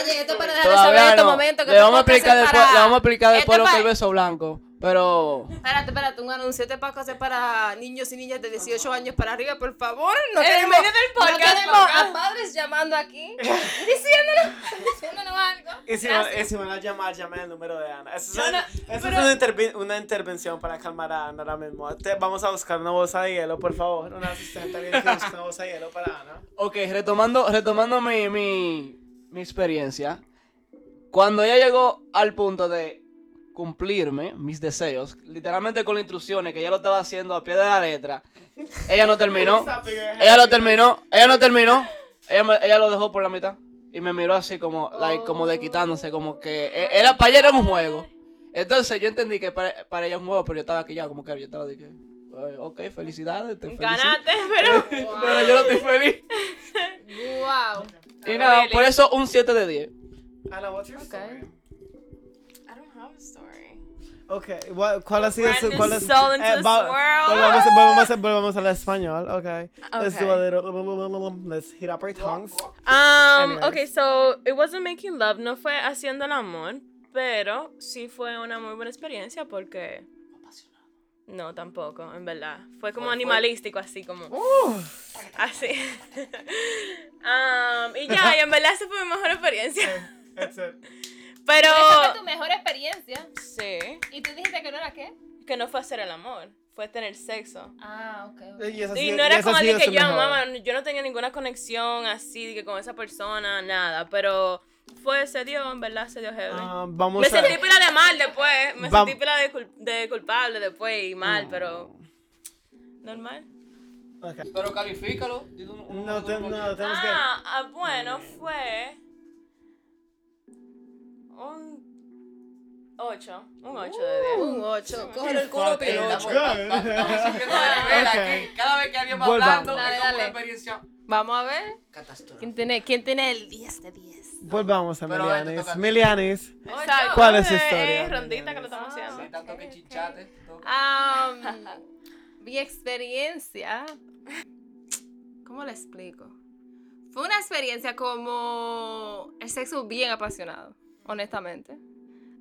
Speaker 2: Oye, esto para dejar de saber en
Speaker 3: Todavía
Speaker 2: este
Speaker 3: no.
Speaker 2: momento que
Speaker 3: le,
Speaker 2: este
Speaker 3: vamos a
Speaker 2: podcast
Speaker 3: explicar
Speaker 2: es
Speaker 3: después,
Speaker 2: para-
Speaker 3: le vamos a explicar
Speaker 2: este
Speaker 3: después lo que
Speaker 2: pa-
Speaker 3: es el beso blanco. Pero.
Speaker 2: Espérate, espérate, un anuncio. Este podcast es para niños y niñas de 18 años para arriba, por favor. No
Speaker 4: En el
Speaker 2: queremos,
Speaker 4: medio del
Speaker 2: no
Speaker 4: podcast,
Speaker 2: queremos a
Speaker 4: papá.
Speaker 2: padres llamando aquí y diciéndonos, diciéndonos algo.
Speaker 5: Y si,
Speaker 2: Gracias.
Speaker 5: y si van a llamar, llamen el número de Ana. Eso,
Speaker 4: Yo
Speaker 5: es,
Speaker 4: no-
Speaker 5: eso
Speaker 4: pero-
Speaker 5: es una, intervi- una intervención para calmar a Ana ahora mismo. Te- vamos a buscar una bolsa de hielo, por favor. Una asistente alguien que busque una bolsa de hielo para Ana.
Speaker 3: Ok, retomando, retomando mi, mi, mi experiencia. Cuando ella llegó al punto de cumplirme mis deseos, literalmente con las instrucciones que ella lo estaba haciendo a pie de la letra, ella no terminó. Ella lo terminó, ella no terminó. Ella, me- ella lo dejó por la mitad. Y me miró así como, like, como de quitándose, como que e- era, para ella era un juego. Entonces yo entendí que para, para ella es un juego, pero yo estaba aquí ya, como que yo estaba de que, "Eh, ok, felicidades, te felicito".
Speaker 4: Ganaste, pero.
Speaker 3: Pero yo no estoy feliz.
Speaker 2: Wow.
Speaker 3: Y nada,
Speaker 4: Really?
Speaker 3: por eso un 7 de 10.
Speaker 5: Ana, what's your
Speaker 2: Ok.
Speaker 5: story?
Speaker 4: I don't have a story.
Speaker 5: Okay, wha- ¿cuál ha sido su
Speaker 4: Brandon
Speaker 5: cuál es,
Speaker 4: sold into this
Speaker 5: va-
Speaker 4: world.
Speaker 5: Volvamos, volvamos, volvamos al español, okay. Let's do a
Speaker 4: Okay.
Speaker 5: little, let's hit up our tongues.
Speaker 4: Um,
Speaker 5: Anyways.
Speaker 4: okay, so it wasn't making love, no fue haciendo el amor, pero sí fue una muy buena experiencia porque. No, tampoco, en verdad. Fue como animalístico, así como. Así. Um, y ya, y en verdad esa fue mi mejor experiencia.
Speaker 5: That's it.
Speaker 4: Pero.
Speaker 2: Esa fue tu mejor experiencia.
Speaker 4: Sí.
Speaker 2: ¿Y tú dijiste que no era qué?
Speaker 4: Que no fue hacer el amor, fue tener sexo.
Speaker 2: Ah, ok.
Speaker 5: Y, esa ha
Speaker 4: Y
Speaker 5: sido-
Speaker 4: no
Speaker 5: y
Speaker 4: era
Speaker 5: esa
Speaker 4: como
Speaker 5: ha
Speaker 4: alguien
Speaker 5: sido
Speaker 4: que
Speaker 5: su
Speaker 4: yo
Speaker 5: mejor.
Speaker 4: amaba, yo no tenía ninguna conexión así de que con esa persona, nada, pero fue, se dio, en verdad, se dio heavy.
Speaker 5: Ah, vamos
Speaker 4: me
Speaker 5: a...
Speaker 4: sentí pila de mal después, me
Speaker 5: Vam-
Speaker 4: sentí pila de, cul- de culpable después y mal, pero normal.
Speaker 5: Okay.
Speaker 3: Pero califícalo. dile un- un-
Speaker 5: No, te-
Speaker 3: un-
Speaker 5: no, tenemos que... Eh.
Speaker 4: Ah, ah, bueno, fue un 8, un 8 de
Speaker 5: Uh,
Speaker 4: 10.
Speaker 2: Un 8. Cógelo el culo
Speaker 5: Fucking
Speaker 2: pelota.
Speaker 5: ocho. Ok.
Speaker 3: Cada vez que alguien va
Speaker 5: Volvamos.
Speaker 3: hablando,
Speaker 2: Dale,
Speaker 3: es como
Speaker 2: dale.
Speaker 3: una experiencia
Speaker 2: Vamos a ver.
Speaker 3: catastrófica.
Speaker 2: ¿Quién tiene, quién tiene el 10 de 10?
Speaker 5: Volvamos a
Speaker 3: Pero ahora te toca
Speaker 5: Milianis.
Speaker 3: a ti.
Speaker 5: Milianis.
Speaker 4: Exacto,
Speaker 5: ¿Cuál es su
Speaker 4: eh,
Speaker 5: historia?
Speaker 4: eh, rondita que lo estamos haciendo.
Speaker 3: Sí, tanto que chichate. todo.
Speaker 2: Ah, Am, mi experiencia. ¿Cómo le explico? Fue una experiencia como el sexo bien apasionado, honestamente.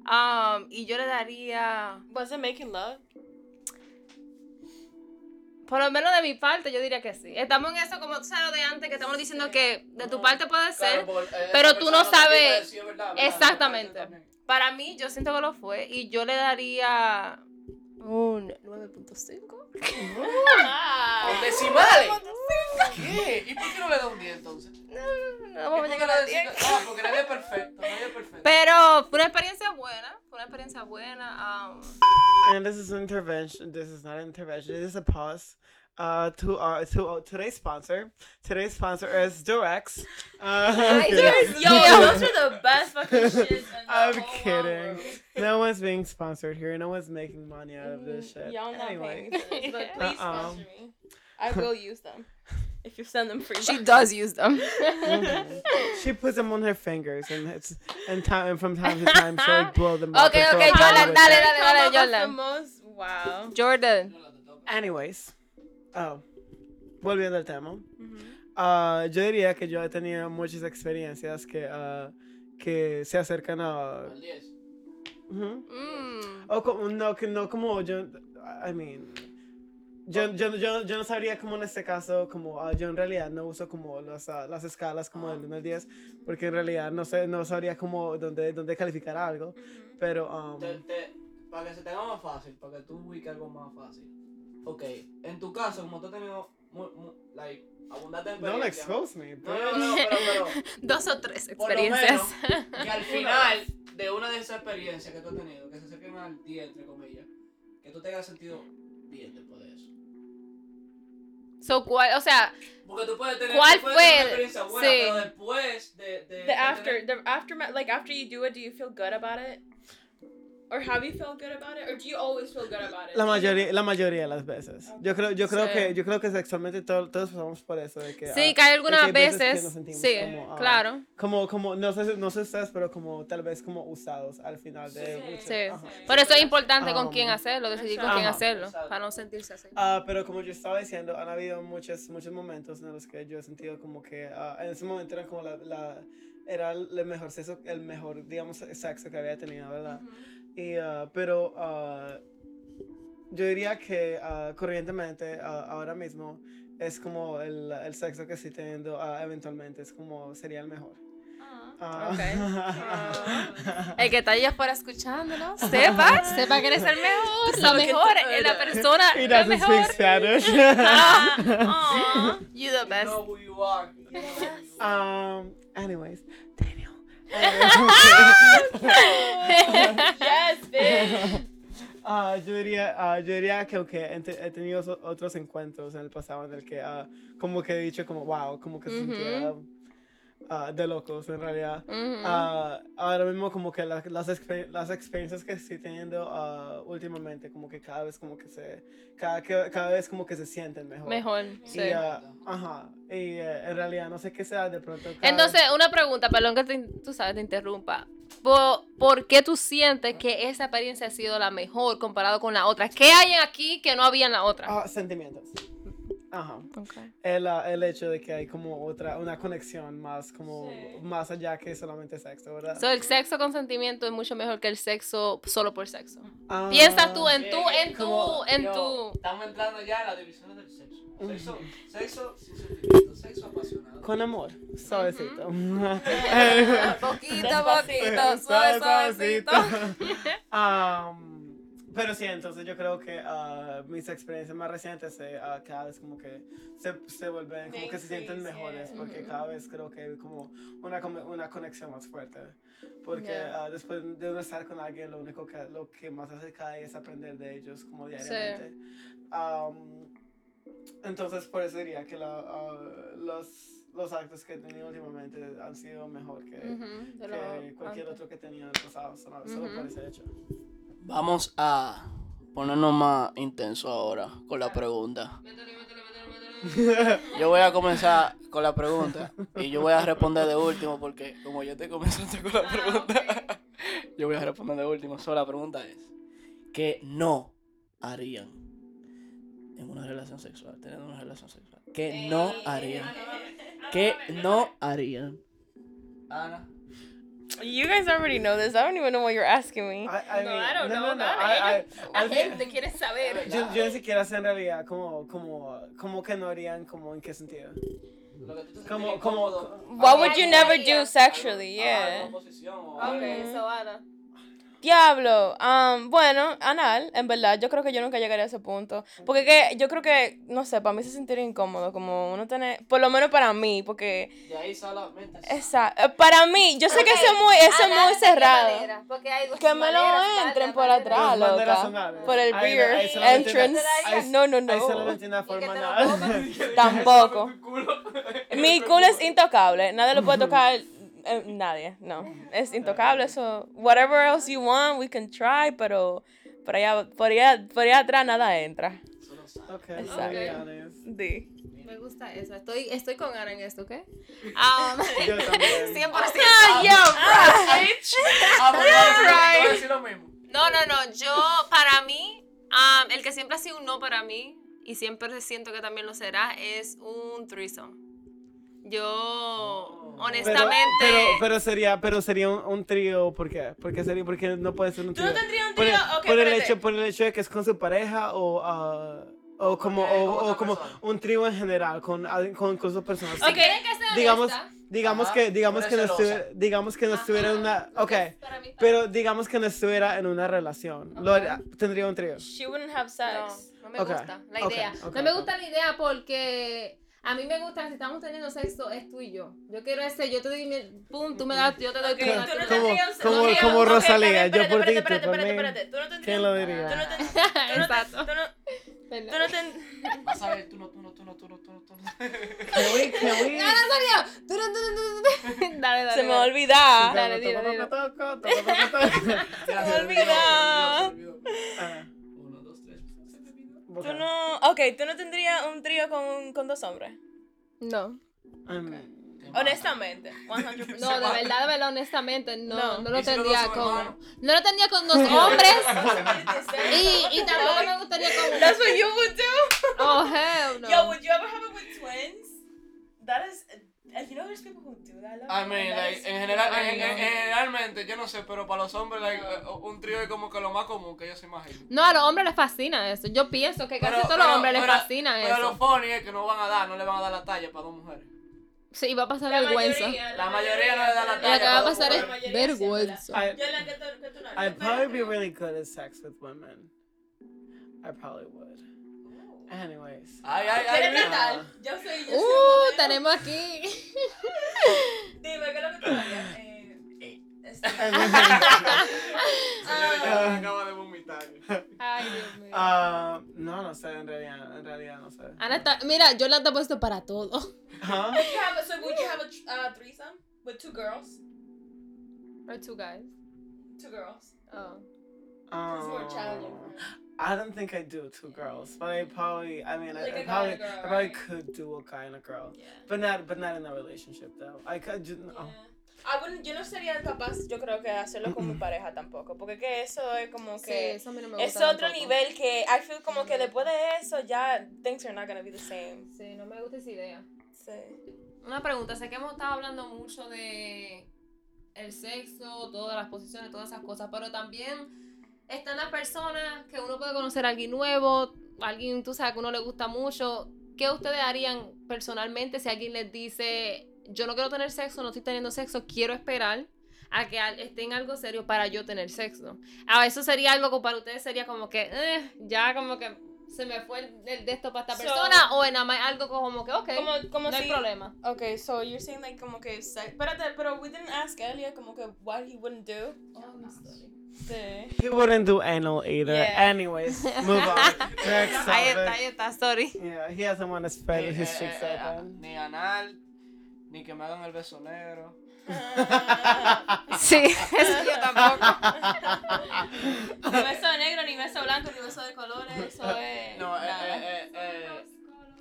Speaker 2: Am, y yo le daría,
Speaker 4: Was it making love?
Speaker 2: por lo menos de mi parte, yo diría que sí. Estamos en eso como tú sabes lo de antes, que estamos diciendo que de tu parte puede ser.
Speaker 3: Claro, porque, eh,
Speaker 2: pero
Speaker 3: esa
Speaker 2: tú no
Speaker 3: persona
Speaker 2: sabes-
Speaker 3: también puede decir, ¿verdad? ¿verdad?
Speaker 2: Exactamente.
Speaker 3: También.
Speaker 2: Para mí, yo siento que lo fue y yo le daría un 9.5.
Speaker 4: Ah.
Speaker 3: Con decimales. ¿Qué? ¿Y por qué no le da un 10 entonces?
Speaker 2: No vamos a
Speaker 3: ¿Y por qué
Speaker 2: llegar
Speaker 3: no
Speaker 2: a
Speaker 3: le da
Speaker 2: 10.
Speaker 3: cinco? Ah, porque nadie es perfecto. Nadie es perfecto.
Speaker 2: Pero fue una experiencia buena, fue una experiencia buena. um,
Speaker 5: And this is an intervention. This is not an intervention. This is a pause. Uh, to our to uh, today's sponsor. Today's sponsor is Durex. Uh, I'm kidding.
Speaker 4: Yo, those are the best fucking shits in the
Speaker 5: I'm
Speaker 4: whole wide
Speaker 5: kidding.
Speaker 4: world.
Speaker 5: No one's being sponsored here. No one's making money out of this shit.
Speaker 4: Mm, Y'all not
Speaker 5: anyway,
Speaker 4: paying me for this, but please
Speaker 5: Uh-uh.
Speaker 4: sponsor me. I will use them if you send them free.
Speaker 2: She does use them.
Speaker 5: she puts them on her fingers, and it's and time and from time to time she'll blow them up.
Speaker 2: Okay,
Speaker 5: and throw
Speaker 2: okay,
Speaker 5: them
Speaker 2: Jordan,
Speaker 5: away with
Speaker 2: dale,
Speaker 5: her.
Speaker 2: dale, dale,
Speaker 4: Come up
Speaker 2: Yola.
Speaker 4: with the most- wow.
Speaker 2: Jordan.
Speaker 5: Anyways, oh, volviendo al tema,
Speaker 2: Mm-hmm.
Speaker 5: ah, yo diría que yo he tenido muchas experiencias que, ah, que se acercan a...
Speaker 3: Al 10.
Speaker 2: Mm-hmm.
Speaker 5: Ujú.
Speaker 2: Mm.
Speaker 5: O como, no, que no como yo, I mean, yo, yo, yo, yo no sabría como en este caso, como ah, yo en realidad no uso como las, ah, las escalas como del 1 al 10, porque en realidad no sé, no sabría como dónde, dónde calificar algo, pero... um,
Speaker 3: Te- te- para que se te haga más fácil, para que tú ubiques algo más fácil. Ok, en tu caso, como tú has tenido mu- mu- like, abundante
Speaker 5: Don't
Speaker 3: experiencia.
Speaker 5: expose me.
Speaker 3: No, no, no, pero, pero,
Speaker 2: Dos o tres
Speaker 3: por lo menos,
Speaker 2: experiencias.
Speaker 3: que al final de una de esas experiencias que tú has tenido, que se acerquen al 10, entre comillas, que tú tengas sentido bien después de eso.
Speaker 2: So, ¿cuál- o sea,
Speaker 3: Porque tú puedes tener,
Speaker 2: ¿Cuál
Speaker 3: tú
Speaker 2: fue
Speaker 3: puedes tener una
Speaker 2: el-
Speaker 3: experiencia buena,
Speaker 2: sí.
Speaker 3: pero después de... de- de
Speaker 4: The
Speaker 3: tener-
Speaker 4: after, the aftermath, like after you do it, do you feel good about it? Or have you felt good about it? Or do you always feel good about it?
Speaker 5: La mayoría, la mayoría de las veces. Yo creo, yo creo
Speaker 4: Sí.
Speaker 5: que, yo creo que sexualmente todo- todos pasamos por eso. de que, ah,
Speaker 2: Sí, que hay
Speaker 5: de
Speaker 2: algunas
Speaker 5: hay
Speaker 2: veces.
Speaker 5: que nos sentimos
Speaker 2: sí,
Speaker 5: como, ah,
Speaker 2: claro.
Speaker 5: Como, como, no sé, no sé ustedes, pero como tal vez como usados al final de mucho-
Speaker 2: Sí.
Speaker 5: ajá.
Speaker 2: Por eso es importante con
Speaker 5: Um,
Speaker 2: quién hacerlo, decidir con
Speaker 4: exacto.
Speaker 2: quién hacerlo,
Speaker 3: Exacto.
Speaker 2: para no sentirse así.
Speaker 5: Ah, pero como yo estaba diciendo, han habido muchos, muchos momentos en los que yo he sentido como que ah, en ese momento era como la, la- era el mejor sexo, el mejor, digamos, sexo que había tenido, ¿verdad? Y, ah, pero ah, yo diría que ah, corrientemente ah, ahora mismo es como el, el sexo que estoy teniendo ah, eventualmente, es como sería el mejor. Ah.
Speaker 2: El que está allá afuera escuchándonos, sepa, sepa que eres el mejor, la
Speaker 4: sabes que
Speaker 2: mejor,
Speaker 4: tú
Speaker 2: eh, la
Speaker 4: eres.
Speaker 2: persona,
Speaker 5: He
Speaker 2: la
Speaker 5: doesn't
Speaker 2: mejor.
Speaker 5: speak Spanish.
Speaker 2: Ah, aw, you the
Speaker 3: You
Speaker 2: best.
Speaker 3: know who you are. You know who you are.
Speaker 5: um, anyways, Daniel.
Speaker 4: yes, bitch.
Speaker 5: Ah, yo, diría, ah, yo diría que aunque he, te- he tenido so- otros encuentros en el pasado en el que ah, como que he dicho como wow, como que se sentía ah, de locos en realidad.
Speaker 2: Ujú.
Speaker 5: Ah, ahora mismo como que la- las, exper- las experiencias que estoy teniendo ah, últimamente como que cada vez como que se cada, que- cada vez como que se sienten mejor.
Speaker 2: Mejor,
Speaker 5: Y,
Speaker 2: sí.
Speaker 5: ah, ajá, y eh, en realidad no sé qué sea de pronto. cada-
Speaker 2: Entonces, una pregunta, perdón que te in- tú sabes, te interrumpa. ¿Por, por qué tú sientes que esa experiencia ha sido la mejor comparado con la otra? ¿Qué hay aquí que no había en la otra?
Speaker 5: ah, sentimientos. Ajá.
Speaker 2: Ok.
Speaker 5: el, ah, el hecho de que hay como otra, una conexión más como más allá que solamente sexo, ¿verdad?
Speaker 2: So, el sexo con sentimiento es mucho mejor que el sexo solo por sexo.
Speaker 5: Ah,
Speaker 2: Piensa tú en tu,
Speaker 3: Eh,
Speaker 2: en tu,
Speaker 3: como,
Speaker 2: en
Speaker 3: yo,
Speaker 2: tu.
Speaker 3: Estamos entrando ya a las divisiones del sexo. Sexo, sexo sin sentimiento, sexo apasionado.
Speaker 5: Con amor, suavecito.
Speaker 2: Poquito
Speaker 4: Despacito,
Speaker 2: a poquito, suave, suavecito.
Speaker 5: Am, pero sí, entonces yo creo que ah, mis experiencias más recientes se, ah, cada vez como que se, se vuelven, como que se sienten
Speaker 4: increase, yeah.
Speaker 5: mejores,
Speaker 2: mm-hmm.
Speaker 5: porque cada vez creo que hay como una, come- una conexión más fuerte. Porque
Speaker 2: Yeah.
Speaker 5: ah, después de uno estar con alguien, lo único que, lo que más hace cada día es aprender de ellos como diariamente. Am, entonces por eso diría que la- ah, los, los actos que he tenido últimamente han sido mejor que
Speaker 2: Ujú, de
Speaker 5: que
Speaker 2: lo-
Speaker 5: cualquier
Speaker 2: antes.
Speaker 5: otro que tenía en el pasado, solo, solo
Speaker 2: Ujú.
Speaker 5: por ese hecho.
Speaker 3: Vamos a ponernos más intenso ahora con la pregunta. Yo voy a comenzar con la pregunta y yo voy a responder de último porque como yo te comenzaste con
Speaker 2: Ah,
Speaker 3: la pregunta, yo voy a responder de último. Solo la pregunta es, ¿qué no harían en una relación sexual? Teniendo una relación sexual. ¿Qué no
Speaker 2: Eh,
Speaker 3: harían? ¿Qué no harían? Ana.
Speaker 4: You guys already know this. I don't even know what you're asking me.
Speaker 5: Ah, I- I
Speaker 2: No,
Speaker 5: mean,
Speaker 2: I don't
Speaker 5: no,
Speaker 2: know
Speaker 5: no, no,
Speaker 2: about
Speaker 5: I- I-
Speaker 2: La
Speaker 5: I think-
Speaker 2: gente quiere saber.
Speaker 5: Yo, yo ni siquiera sé en realidad como, como, como que no harían, como en qué sentido. Como, como,
Speaker 4: What would you never
Speaker 2: Algo-
Speaker 4: do sexually?
Speaker 2: Oh,
Speaker 4: Yeah.
Speaker 2: Ok, so Ana.
Speaker 4: Diablo. Um, bueno, anal, en verdad, yo creo que yo nunca llegaría a ese punto. Porque que, yo creo que, no sé, para mí se sentiría incómodo, como uno tener, por lo menos para mí, porque
Speaker 3: De ahí solamente.
Speaker 4: esa, eh, para mí, yo sé que eso es muy, eso es muy cerrado.
Speaker 2: Porque hay dos
Speaker 4: Que me lo
Speaker 2: maneras,
Speaker 4: entren
Speaker 2: varias
Speaker 4: por
Speaker 2: maneras.
Speaker 4: atrás,
Speaker 5: Dos maneras
Speaker 4: loca.
Speaker 5: sonables.
Speaker 4: Por el
Speaker 5: eh. Ahí-
Speaker 4: rear
Speaker 5: ahí solamente te-
Speaker 4: entrance.
Speaker 5: ahí-
Speaker 4: No, no,
Speaker 5: hay
Speaker 4: no.
Speaker 5: solamente una forma
Speaker 2: te lo
Speaker 5: nada.
Speaker 4: Tampoco. Mi culo es intocable. Nadie lo puede tocar. eh, nadie, no. Es intocable. Eso. Whatever else you want, we can try, pero por allá, por allá, por allá atrás nada entra.
Speaker 5: Ok,
Speaker 4: Exacto.
Speaker 5: very honest.
Speaker 4: Di.
Speaker 2: Me gusta eso. Estoy, estoy con Ana en esto, ¿ok? Um,
Speaker 5: Yo también.
Speaker 2: 100%.
Speaker 5: Ah,
Speaker 2: No, no, no. Yo, para mí, um, el que siempre ha sido un no para mí, y siempre siento que también lo será, es un threesome. Yo,
Speaker 5: Pero,
Speaker 2: honestamente.
Speaker 5: Oh. pero, pero sería, pero sería un, un trío, ¿por qué? Porque sería, porque no puede ser un trío.
Speaker 4: tendrías un
Speaker 5: por el, por el hecho, por el hecho de que es con su pareja o, ah, o como,
Speaker 3: Ok,
Speaker 5: o,
Speaker 3: o
Speaker 5: o
Speaker 3: otra
Speaker 5: como
Speaker 3: persona.
Speaker 5: un trío en general, con, alguien- con, con sus personas.
Speaker 2: Si quieren que sea
Speaker 5: digamos
Speaker 2: honesta, pues,
Speaker 5: digamos
Speaker 3: Ajá,
Speaker 5: que digamos
Speaker 3: eres
Speaker 5: que no
Speaker 3: celosa.
Speaker 5: estuviera digamos que no estuviera en una
Speaker 2: lo que es
Speaker 5: okay
Speaker 2: para mí está
Speaker 5: pero digamos que no estuviera en una relación lo haría- tendría un trío
Speaker 4: She wouldn't have
Speaker 2: No,
Speaker 4: sex.
Speaker 2: no me
Speaker 5: Ok,
Speaker 2: gusta la
Speaker 5: ok,
Speaker 2: idea.
Speaker 5: ok,
Speaker 2: no me
Speaker 5: ok.
Speaker 2: gusta la idea porque a mí me gusta que si estamos teniendo sexo es tú y yo. Yo quiero ese, yo te doy mi pum, tú me das, yo te doy tu
Speaker 4: Ok,
Speaker 2: me das,
Speaker 4: tú
Speaker 2: tú
Speaker 4: no
Speaker 2: me das.
Speaker 5: como
Speaker 4: tendrías- no
Speaker 5: como
Speaker 4: tendrías-
Speaker 5: como
Speaker 4: ok,
Speaker 5: Rosalía
Speaker 4: espérate,
Speaker 5: yo por ti
Speaker 4: espérate, espérate,
Speaker 5: tú por
Speaker 4: espérate,
Speaker 5: mí
Speaker 4: espérate. Tú no tendrías-
Speaker 5: quién lo
Speaker 4: tú
Speaker 5: diría
Speaker 4: no tendrías- tú no-
Speaker 2: Exacto.
Speaker 4: tú no-
Speaker 2: Perdón.
Speaker 4: tú no ten-
Speaker 3: Vas a ver, tú no, tú no, tú no, tú no, tú no, tú no.
Speaker 5: Can we- can we-
Speaker 2: Dale, dale.
Speaker 4: Se me a olvidar.
Speaker 2: Dale, dilo, dilo.
Speaker 5: Toco, toco, toco, toco.
Speaker 4: Se me olvidó.
Speaker 5: Ah,
Speaker 3: Uno, dos, tres. Se me olvidó.
Speaker 4: Tú
Speaker 5: boca.
Speaker 4: no. Ok, tú no tendrías un trío con, con dos hombres.
Speaker 2: No.
Speaker 5: Um,
Speaker 4: Honestamente. 100%.
Speaker 2: No, de verdad, de verdad, honestamente, no,
Speaker 4: No.
Speaker 2: no, lo
Speaker 3: ¿Y si los dos
Speaker 2: tendría
Speaker 3: son
Speaker 2: con.
Speaker 3: hermanos?
Speaker 2: No lo tendría con dos hombres. y, y tampoco me
Speaker 4: Like,
Speaker 2: gustaría con.
Speaker 4: That's what you would do.
Speaker 2: Oh, hell no.
Speaker 4: Yo, would you ever have it with twins? That is. uh, You know, there's people who do that. love?
Speaker 8: I mean,
Speaker 4: That
Speaker 8: like,
Speaker 4: is-
Speaker 8: en general, en,
Speaker 4: I know.
Speaker 8: en- en generalmente, yo no sé, pero para los hombres, like,
Speaker 4: No.
Speaker 8: eh, un trío es como que lo más común que ellos se imaginan.
Speaker 2: No, a los hombres les fascina eso. Yo pienso que casi
Speaker 8: Pero-
Speaker 2: todos los
Speaker 8: pero-
Speaker 2: hombres les
Speaker 8: pero-
Speaker 2: fascina
Speaker 8: Pero lo
Speaker 2: eso.
Speaker 8: funny es que no van a dar, no le van a dar la talla para dos mujeres.
Speaker 2: Sí, va a pasar
Speaker 4: La
Speaker 2: vergüenza.
Speaker 4: mayoría,
Speaker 8: La mayoría no le da la
Speaker 4: Lo
Speaker 2: Lo
Speaker 8: talla.
Speaker 2: que va a
Speaker 8: pero-
Speaker 2: pasar
Speaker 8: pero
Speaker 2: es
Speaker 4: la mayoría sí, es
Speaker 2: vergüenza.
Speaker 5: I,
Speaker 4: Yo la que tú- que tú no.
Speaker 5: I'd probably be really good at sex with women. I probably would. Anyways.
Speaker 8: Ay, ay, ay.
Speaker 4: ¿Quieres
Speaker 8: mira.
Speaker 4: tratar? Yo soy. Yo soy
Speaker 2: Uh,
Speaker 4: modelo.
Speaker 2: tenemos aquí.
Speaker 4: Dime, ¿qué es lo que tú harías? Eh, este-
Speaker 8: Eh, Señora, ya me acaba de vomitar.
Speaker 2: Ay, Dios mío.
Speaker 5: Um, no, no sé, en realidad, en realidad no sé.
Speaker 2: Ana está, mira, yo la he puesto para todo.
Speaker 5: Huh?
Speaker 4: Would you have a, so would you have a tr- uh, threesome with two girls?
Speaker 2: Or two guys.
Speaker 4: Two girls.
Speaker 2: Oh.
Speaker 4: It's more
Speaker 8: Ah.
Speaker 4: challenging.
Speaker 5: Um, I don't think I do two girls, but I probably, I mean, I,
Speaker 4: Like
Speaker 5: I
Speaker 4: a guy
Speaker 5: probably,
Speaker 4: and a girl,
Speaker 5: I probably
Speaker 4: right?
Speaker 5: could do a guy and a girl,
Speaker 4: Yeah.
Speaker 5: but not, but not in a relationship though. I could, just, no.
Speaker 4: yeah. I wouldn't, yo no sería capaz, yo creo que hacerlo con mi pareja tampoco, porque que eso es como
Speaker 2: Sí,
Speaker 4: que
Speaker 2: eso a mí no me gusta.
Speaker 4: es otro
Speaker 2: tampoco.
Speaker 4: nivel que I feel como
Speaker 8: Mm.
Speaker 4: que después de eso ya things are not gonna be the same.
Speaker 2: Sí, no me gusta esa idea.
Speaker 4: Sí.
Speaker 2: Una pregunta, sé que hemos estado hablando mucho de el sexo, todas las posiciones, todas esas cosas, pero también están las personas que uno puede conocer a alguien nuevo, alguien tú sabes que uno le gusta mucho. ¿Qué ustedes harían personalmente si alguien les dice, yo no quiero tener sexo, no estoy teniendo sexo, quiero esperar a que al- esté en algo serio para yo tener sexo? A eso sería algo que para ustedes sería como que, "Eh, ya como que se me fue el, el de esto para esta
Speaker 4: So-
Speaker 2: persona, o en algo como que, ok,
Speaker 4: Como, como
Speaker 2: no hay
Speaker 4: si-
Speaker 2: problema.
Speaker 4: Okay, so you're saying like como que sex, espérate, pero we didn't ask Elliot como que what he wouldn't do. Sí.
Speaker 5: he wouldn't do anal either.
Speaker 4: Yeah.
Speaker 5: Anyways, move on. Next
Speaker 2: Ahí está,
Speaker 5: topic.
Speaker 2: ahí está, sorry.
Speaker 5: Yeah, he doesn't want to spread
Speaker 8: Ni-
Speaker 5: his
Speaker 8: eh,
Speaker 5: cheeks
Speaker 8: eh,
Speaker 5: open.
Speaker 8: Ni anal, ni que me hagan el beso negro.
Speaker 4: Ah,
Speaker 2: Sí, eso yo tampoco.
Speaker 4: ni beso negro, ni beso blanco, ni beso de colores, eso es
Speaker 8: No, eh,
Speaker 4: nada.
Speaker 8: eh, eh, eh,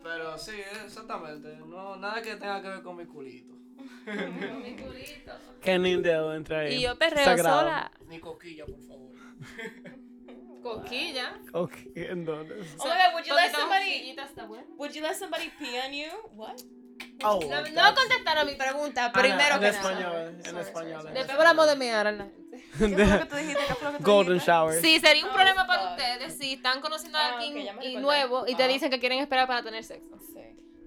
Speaker 8: pero sí, exactamente. No, nada que tenga que ver con mi culito.
Speaker 5: Qué lindo entre ahí.
Speaker 2: Y yo perreo
Speaker 5: Eh, Sagrado.
Speaker 2: sola.
Speaker 8: Ni coquilla, por favor.
Speaker 2: Coquilla.
Speaker 5: Okay, entonces.
Speaker 4: Oh my god, would you let somebody
Speaker 2: No,
Speaker 4: would you let somebody pee on you? What?
Speaker 5: Oh,
Speaker 2: no contestaron mi pregunta, primero
Speaker 5: en
Speaker 2: que nada.
Speaker 5: español, en español. en
Speaker 2: Después hablamos de mear a la gente.
Speaker 5: Golden shower.
Speaker 2: Sí, sería un
Speaker 4: Oh,
Speaker 2: problema
Speaker 4: fuck.
Speaker 2: para ustedes si están conociendo
Speaker 4: Ah,
Speaker 2: a
Speaker 4: ok,
Speaker 2: alguien
Speaker 4: ya me
Speaker 2: y
Speaker 4: recordé.
Speaker 2: nuevo y
Speaker 4: Ah.
Speaker 2: te dicen que quieren esperar para tener sexo.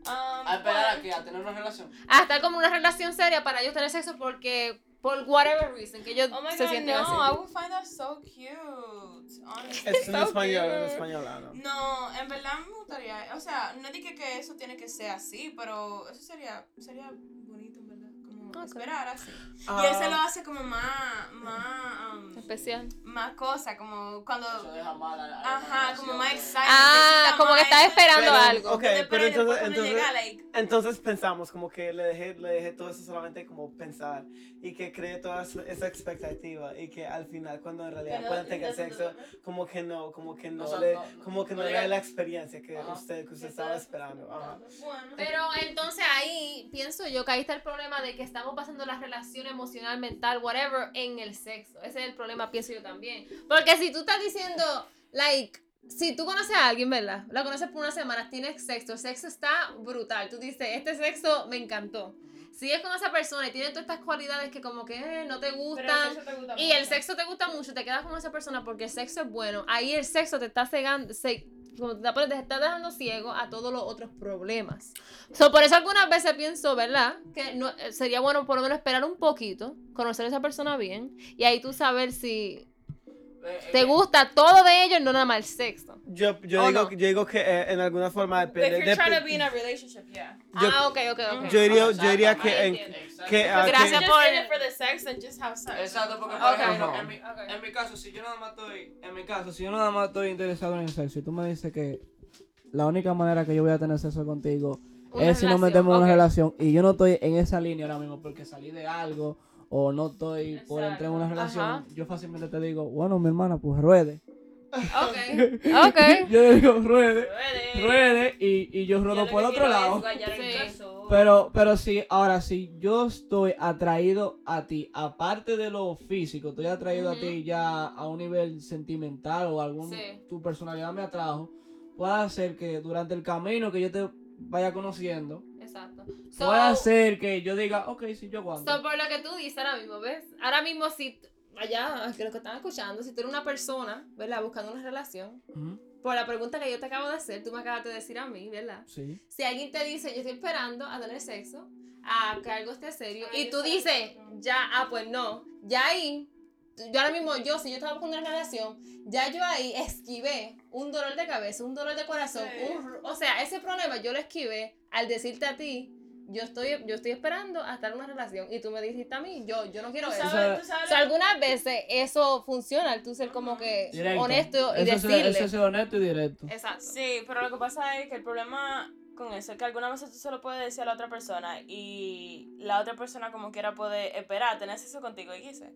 Speaker 5: Ah,
Speaker 8: A esperar
Speaker 4: Um,
Speaker 8: Ah, aquí, a tener una relación.
Speaker 2: Ah, estar como una relación seria para ellos tener sexo porque, por whatever reason, que ellos
Speaker 4: oh my
Speaker 2: se
Speaker 4: god,
Speaker 2: sienten
Speaker 4: no,
Speaker 2: así.
Speaker 4: I would find that so cute. Honestly.
Speaker 5: Es en
Speaker 4: so
Speaker 5: español, en
Speaker 4: cute.
Speaker 5: español ah, hablo.
Speaker 4: No, en verdad me gustaría, o sea, no dije que eso tiene que ser así, pero eso sería sería bonito, en verdad, como
Speaker 2: Ok.
Speaker 4: esperar así.
Speaker 5: Ah,
Speaker 4: y eso lo hace como más más um,
Speaker 2: Especial.
Speaker 4: más cosa, como cuando
Speaker 8: Eso deja mal a- a la
Speaker 4: ajá, como
Speaker 8: relación,
Speaker 4: más
Speaker 8: eh.
Speaker 4: exciting.
Speaker 2: Ah, como que estás esperando
Speaker 5: Pero-
Speaker 2: algo.
Speaker 5: ok, pero
Speaker 4: pero
Speaker 5: entonces,
Speaker 4: entonces,
Speaker 5: entonces,
Speaker 4: llega, like,
Speaker 5: entonces pensamos como que le dejé, le dejé todo eso solamente como pensar y que creé toda su- esa expectativa y que al final cuando en realidad
Speaker 4: Pero-
Speaker 5: pueden tener
Speaker 4: entonces-
Speaker 5: sexo como que no, como que no,
Speaker 8: sea,
Speaker 5: le,
Speaker 8: no- no-
Speaker 5: como que
Speaker 8: no
Speaker 5: no, le
Speaker 8: llega-
Speaker 5: da la experiencia que
Speaker 8: Ajá.
Speaker 5: usted, que usted estaba esperando. Ajá.
Speaker 4: Bueno.
Speaker 2: Pero entonces ahí pienso yo que ahí está el problema de que estamos pasando la relación emocional, mental, whatever, en el sexo. Ese es el problema, pienso yo también. Porque si tú estás diciendo, like, si tú conoces a alguien, ¿verdad? La conoces por unas semanas, tienes sexo, el sexo está brutal. Tú dices, este sexo me encantó. Sigues con esa persona y tiene todas estas cualidades que como que eh, no te
Speaker 4: Pero el
Speaker 2: gustan.
Speaker 4: sexo te gusta
Speaker 2: Y el
Speaker 4: mucho.
Speaker 2: sexo te gusta mucho, te quedas con esa persona porque el sexo es bueno. Ahí el sexo te está cegando, se- como te, te está dejando ciego a todos los otros problemas. So, por eso algunas veces pienso, ¿verdad? Que no- eh, sería bueno por lo menos esperar un poquito, conocer a esa persona bien y ahí tú saber si
Speaker 8: Eh, eh,
Speaker 2: te gusta todo de ellos, no nada más el sexo.
Speaker 5: Yo, yo,
Speaker 2: ¿O
Speaker 5: digo,
Speaker 2: no?
Speaker 5: yo digo que eh, en alguna forma
Speaker 4: If
Speaker 5: depende.
Speaker 4: you're trying Pues to
Speaker 5: dep-
Speaker 4: be in a relationship, yeah.
Speaker 5: Yo-
Speaker 2: ah, ok, ok, ok.
Speaker 5: yo, diría,
Speaker 8: Exacto,
Speaker 5: yo diría
Speaker 8: ahí
Speaker 5: que en-
Speaker 4: entiendo.
Speaker 5: que, ah, que-
Speaker 2: Gracias
Speaker 4: If you're
Speaker 2: por-
Speaker 4: just in it for the sex and just have sex.
Speaker 8: Exacto, porque por
Speaker 2: Ok.
Speaker 8: ejemplo,
Speaker 5: No.
Speaker 8: en, mi,
Speaker 4: Ok.
Speaker 8: en mi caso, si yo nada más estoy, en mi caso, si yo nada más estoy interesado en el sexo y tú me dices que
Speaker 3: La única manera que yo voy a tener sexo contigo
Speaker 2: Una
Speaker 3: es si nos
Speaker 2: relación,
Speaker 3: metemos en una
Speaker 2: ok.
Speaker 3: relación y yo no estoy en esa línea ahora mismo porque salí de algo o no estoy por entrar en una
Speaker 4: Exacto.
Speaker 3: relación,
Speaker 4: Ajá.
Speaker 3: yo fácilmente te digo, bueno, mi hermana, pues ruede.
Speaker 2: Ok, ok.
Speaker 3: Yo le digo, ruede,
Speaker 4: Ruede.
Speaker 3: ruede, y, y yo rodo
Speaker 4: Yo lo
Speaker 3: por
Speaker 4: que
Speaker 3: otro
Speaker 4: quiero
Speaker 3: lado.
Speaker 4: es guayar el
Speaker 2: Sí.
Speaker 4: calzón.
Speaker 3: Pero, pero sí, ahora sí, yo estoy atraído a ti, aparte de lo físico, estoy atraído
Speaker 2: Ujú.
Speaker 3: a ti ya a un nivel sentimental o algún,
Speaker 2: Sí.
Speaker 3: tu personalidad me atrajo, puede hacer que durante el camino que yo te vaya conociendo,
Speaker 2: Exacto.
Speaker 3: puede
Speaker 2: So,
Speaker 3: hacer que yo diga, ok, sí, yo aguanto.
Speaker 2: so, por lo que tú dices ahora mismo, ¿ves? Ahora mismo, si t- allá, que los que están escuchando, si tú eres una persona, ¿verdad? Buscando una relación,
Speaker 3: Ujú,
Speaker 2: por la pregunta que yo te acabo de hacer, tú me acabas de decir a mí, ¿verdad?
Speaker 3: Sí.
Speaker 2: Si alguien te dice, yo estoy esperando a tener sexo, a que algo esté serio,
Speaker 4: Ay,
Speaker 2: y
Speaker 4: yo
Speaker 2: tú
Speaker 4: sabía
Speaker 2: dices,
Speaker 4: que no.
Speaker 2: ya, ah, pues no, ya ahí, yo ahora mismo, yo, si yo estaba con una relación, ya yo ahí esquivé un dolor de cabeza, un dolor de corazón,
Speaker 4: Sí.
Speaker 2: un ru- o sea, ese problema yo lo esquivé al decirte a ti, yo estoy, yo estoy esperando a estar en una relación, y tú me dijiste a mí, yo, yo no quiero
Speaker 4: Tú
Speaker 2: eso.
Speaker 4: sabes, tú
Speaker 2: O
Speaker 4: sabes
Speaker 2: sea,
Speaker 4: lo que-
Speaker 2: algunas veces eso funciona, el tú ser como que
Speaker 3: Directo.
Speaker 2: honesto y
Speaker 3: Eso es-
Speaker 2: decirle. Eh,
Speaker 3: eso es ser honesto y directo.
Speaker 2: Exacto.
Speaker 4: Sí, pero lo que pasa es que el problema con eso es que algunas veces tú se lo puedes decir a la otra persona y la otra persona como quiera puede esperar, tener eso contigo y quise.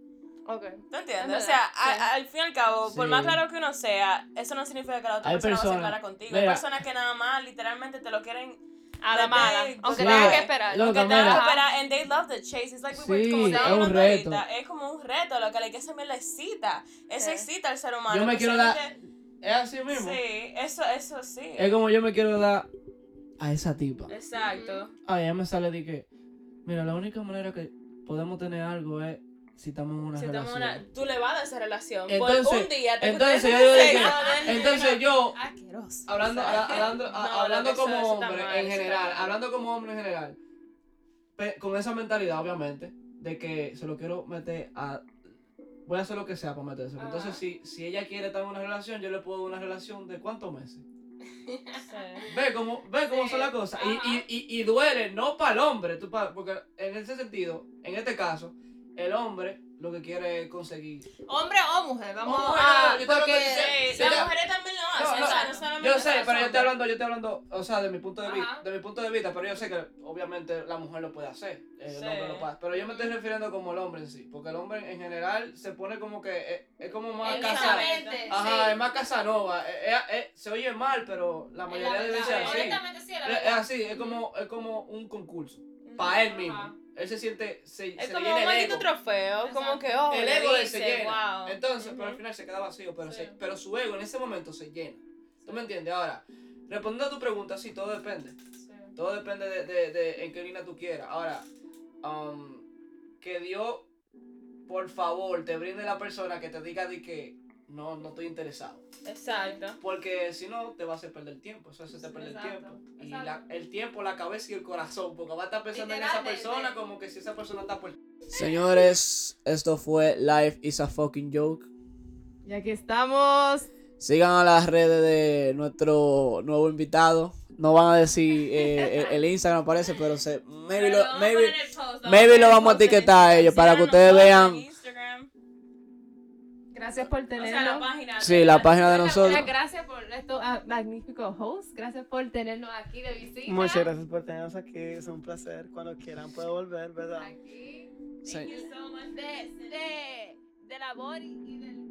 Speaker 2: Ok.
Speaker 4: ¿Tú
Speaker 2: Es
Speaker 4: entiendes?
Speaker 2: verdad,
Speaker 4: O sea, a-
Speaker 2: sí.
Speaker 4: a- al fin y al cabo, por
Speaker 3: Sí.
Speaker 4: más claro que uno sea, eso no significa que la otra
Speaker 3: Hay
Speaker 4: persona va a ser
Speaker 3: personas-
Speaker 4: clara contigo. Hay
Speaker 3: mira.
Speaker 4: personas que nada más literalmente te lo quieren,
Speaker 2: A la
Speaker 4: Desde-
Speaker 2: mala, aunque
Speaker 4: Sí.
Speaker 2: tenga que esperar.
Speaker 3: Loco,
Speaker 4: que te
Speaker 3: mira.
Speaker 4: van a esperar, and they love the chase. It's like we were
Speaker 3: Sí,
Speaker 4: como
Speaker 3: es
Speaker 4: estábamos
Speaker 3: un
Speaker 4: hablando
Speaker 3: reto.
Speaker 4: ahorita. Es como un reto, lo que le que se me la excita. Eso
Speaker 2: Sí.
Speaker 4: excita al ser humano.
Speaker 3: Yo me quiero dar-
Speaker 4: especialmente-
Speaker 3: Es así mismo.
Speaker 4: Sí, eso, eso sí.
Speaker 3: Es como yo me quiero dar a esa tipa.
Speaker 4: Exacto.
Speaker 3: Ah, ya me sale de que, mira, la única manera que podemos tener algo es si estamos en una
Speaker 4: Si estamos
Speaker 3: relación.
Speaker 4: en una- tú le vas a esa relación. por
Speaker 3: Entonces-
Speaker 4: un día te
Speaker 3: Entonces yo
Speaker 4: ustedes
Speaker 3: digo de
Speaker 4: se-
Speaker 3: que,
Speaker 4: no, no, no,
Speaker 3: entonces
Speaker 4: no.
Speaker 3: yo,
Speaker 2: Asqueroso.
Speaker 3: hablando, habla- hablando, a-
Speaker 4: No,
Speaker 3: hablando
Speaker 4: loco, eso-
Speaker 3: como
Speaker 4: eso está
Speaker 3: hombre
Speaker 4: mal,
Speaker 3: en
Speaker 4: eso está
Speaker 3: general,
Speaker 4: mal.
Speaker 3: hablando como hombre en general, pe- con esa mentalidad obviamente, de que se lo quiero meter a, voy a hacer lo que sea para meterse.
Speaker 4: Ajá.
Speaker 3: Entonces si, si ella quiere estar en una relación, yo le puedo dar una relación de cuántos meses.
Speaker 4: Sí.
Speaker 3: Ve cómo, ve cómo
Speaker 4: Sí,
Speaker 3: son las cosas. Y-
Speaker 4: ajá.
Speaker 3: Y, y, y duele, no para el hombre, tú pa- porque en ese sentido, en este caso, el hombre lo que quiere es conseguir.
Speaker 2: Hombre o mujer, vamos
Speaker 3: Hombre,
Speaker 2: a.
Speaker 3: yo te hablo
Speaker 2: Porque.
Speaker 3: que dice-
Speaker 4: ah, Sí,
Speaker 3: Sí,
Speaker 4: las
Speaker 3: ya.
Speaker 4: mujeres también lo
Speaker 3: No,
Speaker 4: hacen.
Speaker 3: no,
Speaker 4: o sea, no solamente
Speaker 3: Yo sé,
Speaker 4: los
Speaker 3: pero yo estoy
Speaker 4: hombres.
Speaker 3: hablando, yo estoy hablando, o sea, de mi punto de vista,
Speaker 2: Ajá.
Speaker 3: de mi punto de vista, pero yo sé que obviamente la mujer lo puede hacer, el
Speaker 4: Sí.
Speaker 3: hombre lo puede hacer, pero yo me estoy refiriendo como el hombre en sí, porque el hombre en general se pone como que es, es como más
Speaker 4: Él
Speaker 3: casa,
Speaker 4: sabe.
Speaker 3: ajá, es más casanova, es- es- es- se oye mal, pero la
Speaker 2: sí.
Speaker 3: mayoría de veces es así.
Speaker 2: Honestamente, sí, la
Speaker 3: Es Eh, es
Speaker 2: verdad.
Speaker 3: así, es como, es como un concurso.
Speaker 4: Ujú.
Speaker 3: para él
Speaker 2: Ajá.
Speaker 3: mismo. Él se siente, se,
Speaker 4: Es
Speaker 3: se le
Speaker 4: como un
Speaker 3: llena el
Speaker 4: maldito
Speaker 3: ego.
Speaker 4: trofeo. Como
Speaker 2: Exacto.
Speaker 4: que, oh,
Speaker 3: el
Speaker 4: le
Speaker 3: ego de él
Speaker 4: dice,
Speaker 3: se llena.
Speaker 4: wow.
Speaker 3: Entonces, pero al
Speaker 4: Ujú.
Speaker 3: final se queda vacío, pero,
Speaker 4: Sí.
Speaker 3: se- pero su ego en ese momento se llena. ¿Tú me entiendes? Ahora, respondiendo a tu pregunta, sí, todo depende.
Speaker 4: Sí.
Speaker 3: Todo depende de, de- de en qué línea tú quieras. Ahora, um, que Dios, por favor, te brinde la persona que te diga de que no, no estoy interesado.
Speaker 4: Exacto.
Speaker 3: Porque si no, te va a hacer perder tiempo. Eso se te pierde el
Speaker 2: Exacto,
Speaker 3: tiempo. Y
Speaker 2: exacto.
Speaker 3: la- el tiempo, la cabeza y el corazón. Porque va a estar pensando en esa
Speaker 2: Literalmente.
Speaker 3: persona como que si esa persona está por. Señores, esto fue Life is a fucking joke.
Speaker 2: Ya que estamos.
Speaker 3: Sigan a las redes de nuestro nuevo invitado. No van a decir eh, el, el Instagram, parece, pero se, maybe, lo,
Speaker 4: Pero lo vamos a
Speaker 3: maybe-
Speaker 4: poner en el post,
Speaker 3: maybe
Speaker 4: poner
Speaker 3: lo
Speaker 4: en el
Speaker 3: vamos a
Speaker 4: post en
Speaker 3: etiquetar a
Speaker 4: Instagram.
Speaker 3: ellos para que
Speaker 4: Síganos
Speaker 3: ustedes
Speaker 4: todos en
Speaker 3: vean.
Speaker 4: Instagram.
Speaker 2: Gracias por
Speaker 4: O sea, la
Speaker 2: tenernos.
Speaker 4: página.
Speaker 3: sí, la página de
Speaker 2: Gracias,
Speaker 3: nosotros.
Speaker 2: Gracias por estos ah, magníficos hosts. Gracias por tenernos aquí de visita.
Speaker 5: Muchas gracias por tenernos aquí, es un placer. Cuando quieran puedo volver, ¿verdad?
Speaker 2: Aquí.
Speaker 3: Sí.
Speaker 2: Thank you so much. De, de, de la Bori y del.